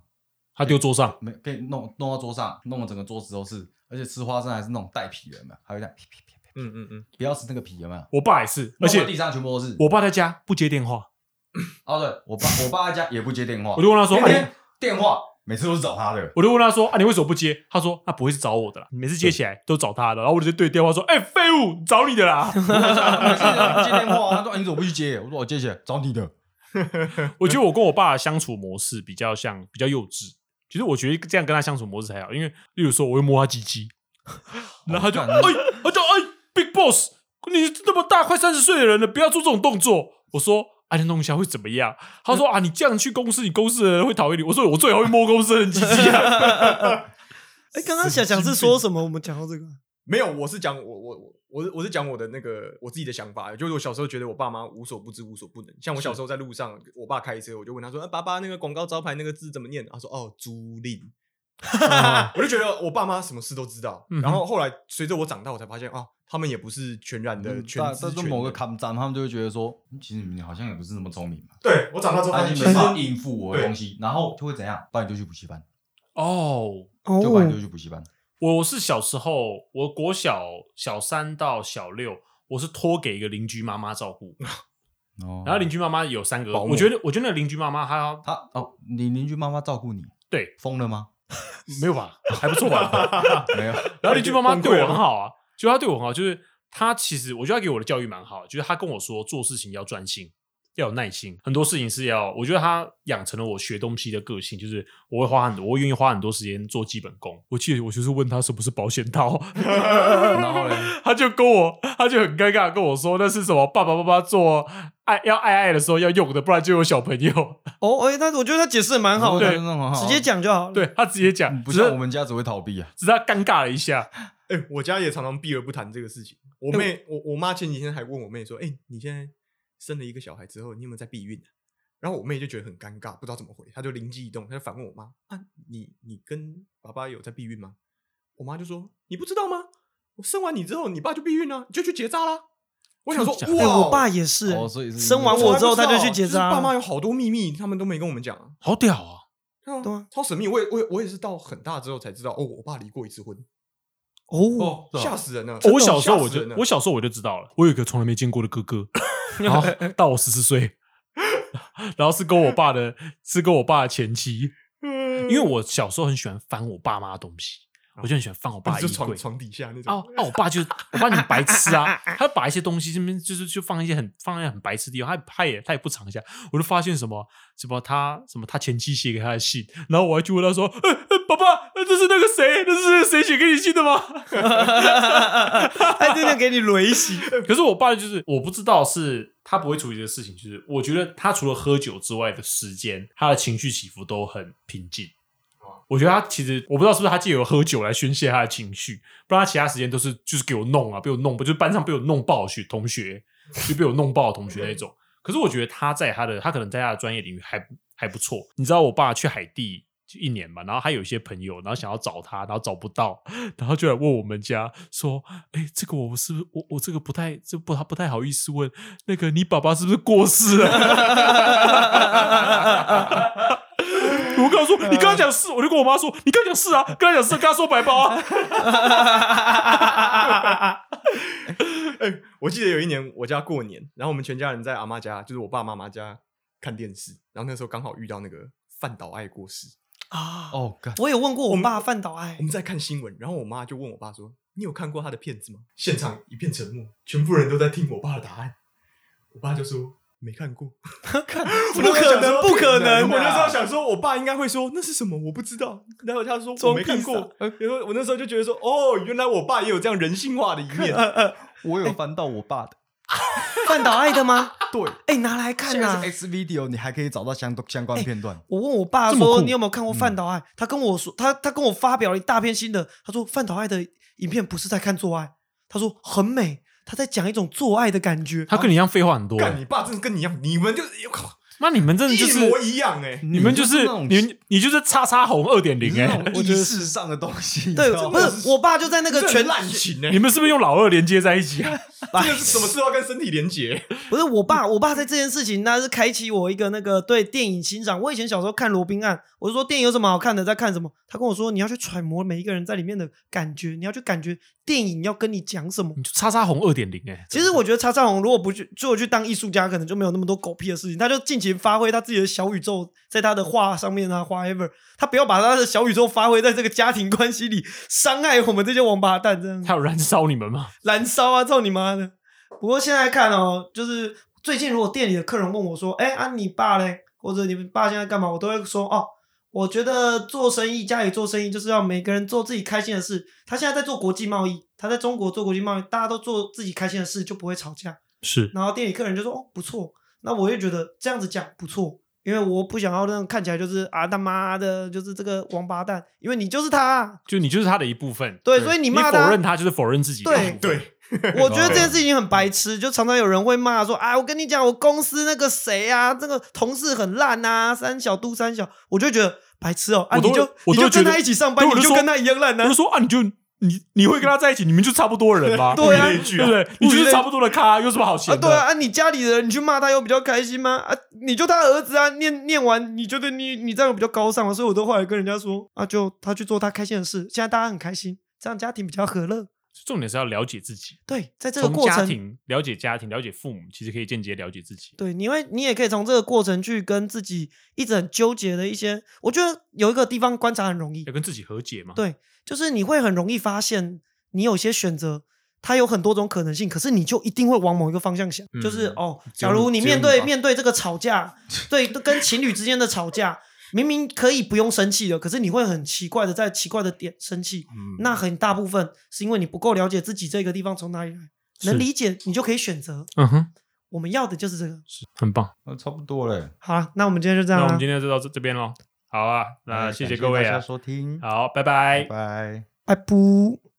他丢桌上，
没，可以弄弄到桌上，弄得整个桌子都是，而且吃花生还是那种带皮的，有没有？还会这样，啪啪啪啪
嗯嗯嗯，
不要吃那个皮，有没有？
我爸也是，而且
弄到地上全部都是。
我爸在家不接电话，
哦，对我爸，我爸在家也不接电话，
我就问他说
天
哎
天电话每次都是找他的。
我就问他说啊，你为什么不接？他说啊那不会是找我的啦，你每次接起来都找他的。然后我就对电话说，哎，废物，找你的啦。
每次都接电话，他说哎哎你怎么不去接？我说我接起来找你的。
我觉得我跟我爸的相处模式比较像，比较幼稚。其实我觉得这样跟他相处模式才好，因为例如说我会摸他鸡鸡，然后他就
好
哎
干啊，
他就哎，Big Boss，你这么大快三十岁的人了，不要做这种动作。我说。哎，你弄一下会怎么样？他说啊，你这样去公司，你公司的人会讨厌你。我说我最好会摸公司的人鸡鸡啊。
哎，刚刚想想是说什么？我们讲到这个，
没有，我是讲我我我我是我是讲我的那个我自己的想法，就是我小时候觉得我爸妈无所不知无所不能。像我小时候在路上，我爸开车，我就问他说：“啊、爸爸，那个广告招牌那个字怎么念？”他说：“哦，租 赁。”啊我就觉得我爸妈什么事都知道。
嗯哼
然后后来随着我长大，我才发现啊，他们也不是全然的全
但
知
但
全
是
能
某个抗战，他们就会觉得说，嗯其实你们好像也不是那么聪明嘛，
对我长大之后发
啊，
现，
你
其
没
实
办法应付我的
对
东西，然后就会怎样？不然你就去补习班，
哦，
哦，
就不然你就去补习班。
我是小时候，我国小小三到小六，我是托给一个邻居妈妈照顾，
哦，
然后邻居妈妈有三个，
保姆
我觉得我觉得那个邻居妈妈她
他哦，你邻居妈妈照顾你，
对
疯了吗？
没有 吧，还不错吧。
没有，
然后邻居妈妈
崩溃
对我
了
很好啊，就她对我很好，就是她其实我觉得她给我的教育蛮好，就是她跟我说做事情要专心，要有耐心，很多事情是要，我觉得她养成了我学东西的个性，就是我会花很多，我会愿意花很多时间做基本功。我记得我就是问她什么是保险 套，
然 后嘞，
他就跟我，他就很尴尬地跟我说，那是什么爸爸妈妈做爱要爱爱的时候要用的，不然就有小朋友。
哦，哎、那我觉得他解释的蛮好
我觉得
的，
真的很好啊
直接，讲就好了。
对他直接
嗯
讲，
不
只是
像我们家只会逃避啊。
只是他尴尬了一下。
哎、我家也常常避而不谈这个事情。
嗯
我妹，我我妈前几天还问我妹说：“哎、你现在生了一个小孩之后，你有没有在避孕、啊？”然后我妹就觉得很尴尬，不知道怎么回，她就灵机一动，她就反问我妈：“啊，你你跟爸爸有在避孕吗？”我妈就说：“你不知道吗？我生完你之后，你爸就避孕了、你就去结扎啦。”我想说，
真
哎、
哇，
我爸也是、
哦，所以是
生完
从
我
来
之后
不知
他就
道啊
去结
是
扎啊了
爸妈有好多秘密，他们都没跟我们讲啊。
好屌啊！
啊
对啊
超神秘。我也我也我也是到很大之后才知道，哦，我爸离过一次婚，
哦，
哦，
吓死人了！
我小时候我
吓死
就
人了
我小时候我就知道了，我有一个从来没见过的哥 哥，然后到我十四岁，然后是跟我爸的，是跟我爸的前妻，
嗯
因为我小时候很喜欢翻我爸妈的东西，我就很喜欢翻我爸
啊
的
就
衣柜
床。床底下那种。
哦，那、我爸就我爸就很白痴啊，他把一些东西这边就是就放一些很放在很白痴的地方，他他也他也不藏一下，我就发现什么什么他什么他前妻写给他的信，然后我还去问他说，呃、呃爸爸，呃这是那个谁，那是谁写给你信的吗？
哦 他真的给你雷洗，
可是我爸就是我不知道是他不会处理这个事情，就是我觉得他除了喝酒之外的时间，他的情绪起伏都很平静
哦。
我觉得他其实我不知道是不是他借由喝酒来宣泄他的情绪，不然他其他时间都是就是给我弄啊，被我弄，就是班上被我弄爆的学同学，就被我弄爆的同学那种。可是我觉得他在他的他可能在他的专业领域还还不错。你知道我爸去海地一年嘛，然后还有一些朋友，然后想要找他，然后找不到， 然后就来问我们家说：“哎、这个我是不是我我这个不太这不他不太好意思问，那个你爸爸是不是过世了？” 我跟他说：“你刚刚讲是，我就跟我妈说，你刚刚讲是啊，刚刚讲是，跟他说白包啊。
哎，我记得有一年我家过年，然后我们全家人在阿妈家，就是我爸妈妈家看电视，然后那时候刚好遇到那个范岛爱过世，
啊！
哦，干，
我有问过我爸范岛爱
我，们在看新闻，然后我妈就问我爸说：“你有看过他的片子吗？”现场一片沉默，全部人都在听我爸的答案。我爸就说。没看过，
不可能，不可能
我那时
啊！
候想说，我爸应该会说那是什么，我不知道。然后他说我
装啊
没看
屁
过，然后我那时候就觉得说，哦，原来我爸也有这样人性化的一 面。
我
哎
有翻到我爸的，
范岛爱的吗？
对，
哎、拿来看
现在
啊
是！X video，你还可以找到相相关片段。
我问我爸
这么
说
酷嗯
你有没有看过范岛爱？他跟我说他他跟我发表了一大篇新的，他说范岛爱的影片不是在看做爱，他说很美，他在讲一种做爱的感觉。
他跟你一样废话很多、
干，你爸真的跟你一样，你们就是
那你们真的就
一
是
模一样哎、
你们就是
那种
你们你就是叉叉红二点零
你是那
哎，
种
我觉
意
得
识上的东西，
啊对
你知道，吗
不是我爸就在那个全
滥情 哎、
你们是不是用老二连接在一起啊？
这个是什么事都要跟身体连 结？
不是我爸，我爸在这件事情，那是开启我一个那个对电影欣赏。我以前小时候看《罗宾案》，我就说电影有什么好看的，在看什么？他跟我说你要去揣摩每一个人在里面的感觉，你要去感觉电影要跟你讲什么。
你就叉叉红二点零哎，
其实我觉得查查红如果不去做去当艺术家，可能就没有那么多狗屁的事情，他就尽情发挥他自己的小宇宙，在他的画上面啊，whatever，他不要把他的小宇宙发挥在这个家庭关系里，伤害我们这些王八蛋，这样
他有燃烧你们吗？
燃烧啊！操你妈的！不过现在看哦，就是最近如果店里的客人问我说：“哎、啊你爸嘞？或者你们爸现在干嘛？”我都会说：“哦，我觉得做生意，家里做生意就是要每个人做自己开心的事。他现在在做国际贸易，他在中国做国际贸易，大家都做自己开心的事，就不会吵架。”
是
然后店里客人就说：“哦，不错。”那我也觉得这样子讲不错，因为我不想要那种看起来就是啊他妈的，就是这个王八蛋，因为你就是他啊，
就你就是他的一部分，
对所以你骂他
否认他就是否认自己的一部哦
对
分，
对，
我觉得这件事情很白痴，就常常有人会骂说：“啊，我跟你讲，我公司那个谁啊，这个同事很烂啊，三小都三小。”我就觉得白痴哦、啊，
我都
你就
我都
你就
觉
跟
得
他一起上班，
对我
你
就
就
说
跟他一样烂
我
啊
就。说啊，你就你你会跟他在一起，你们就差不多人吧？
对啊
对不对？你就是差不多的咖，有什么好
啊，
嫌的？
对啊，啊，你家里的人，你去骂他有比较开心吗？啊，你就他儿子啊，念念完，你觉得你你这样有比较高尚吗？所以我都后来跟人家说，啊，就他去做他开心的事，现在大家很开心，这样家庭比较和乐。
重点是要了解自己，
对，在这个
从
过
家
程
庭了解家庭，了解父母，其实可以间接了解自己。
对，你会你也可以从这个过程去跟自己一直很纠结的一些，我觉得有一个地方观察很容易
要，跟自己和解嘛。
对就是你会很容易发现，你有些选择它有很多种可能性，可是你就一定会往某一个方向想，就是
嗯
哦，
只
假
有
如
你
你
只有
面
你
对
吧
面对这个吵架，对，跟情侣之间的吵架。明明可以不用生气的，可是你会很奇怪的在奇怪的点生气，
嗯
那很大部分是因为你不够了解自己这个地方从哪里来，
是
能理解你就可以选择。
嗯哼，
我们要的就是这个。
很棒。
呃差不多嘞。
好了，那我们今天就这样
那我
啦
们。今天就到这这边喽。好啊，那
哎
谢
感
各位
大家
啊，
收听，
好，拜拜
拜。拜。
拜拜。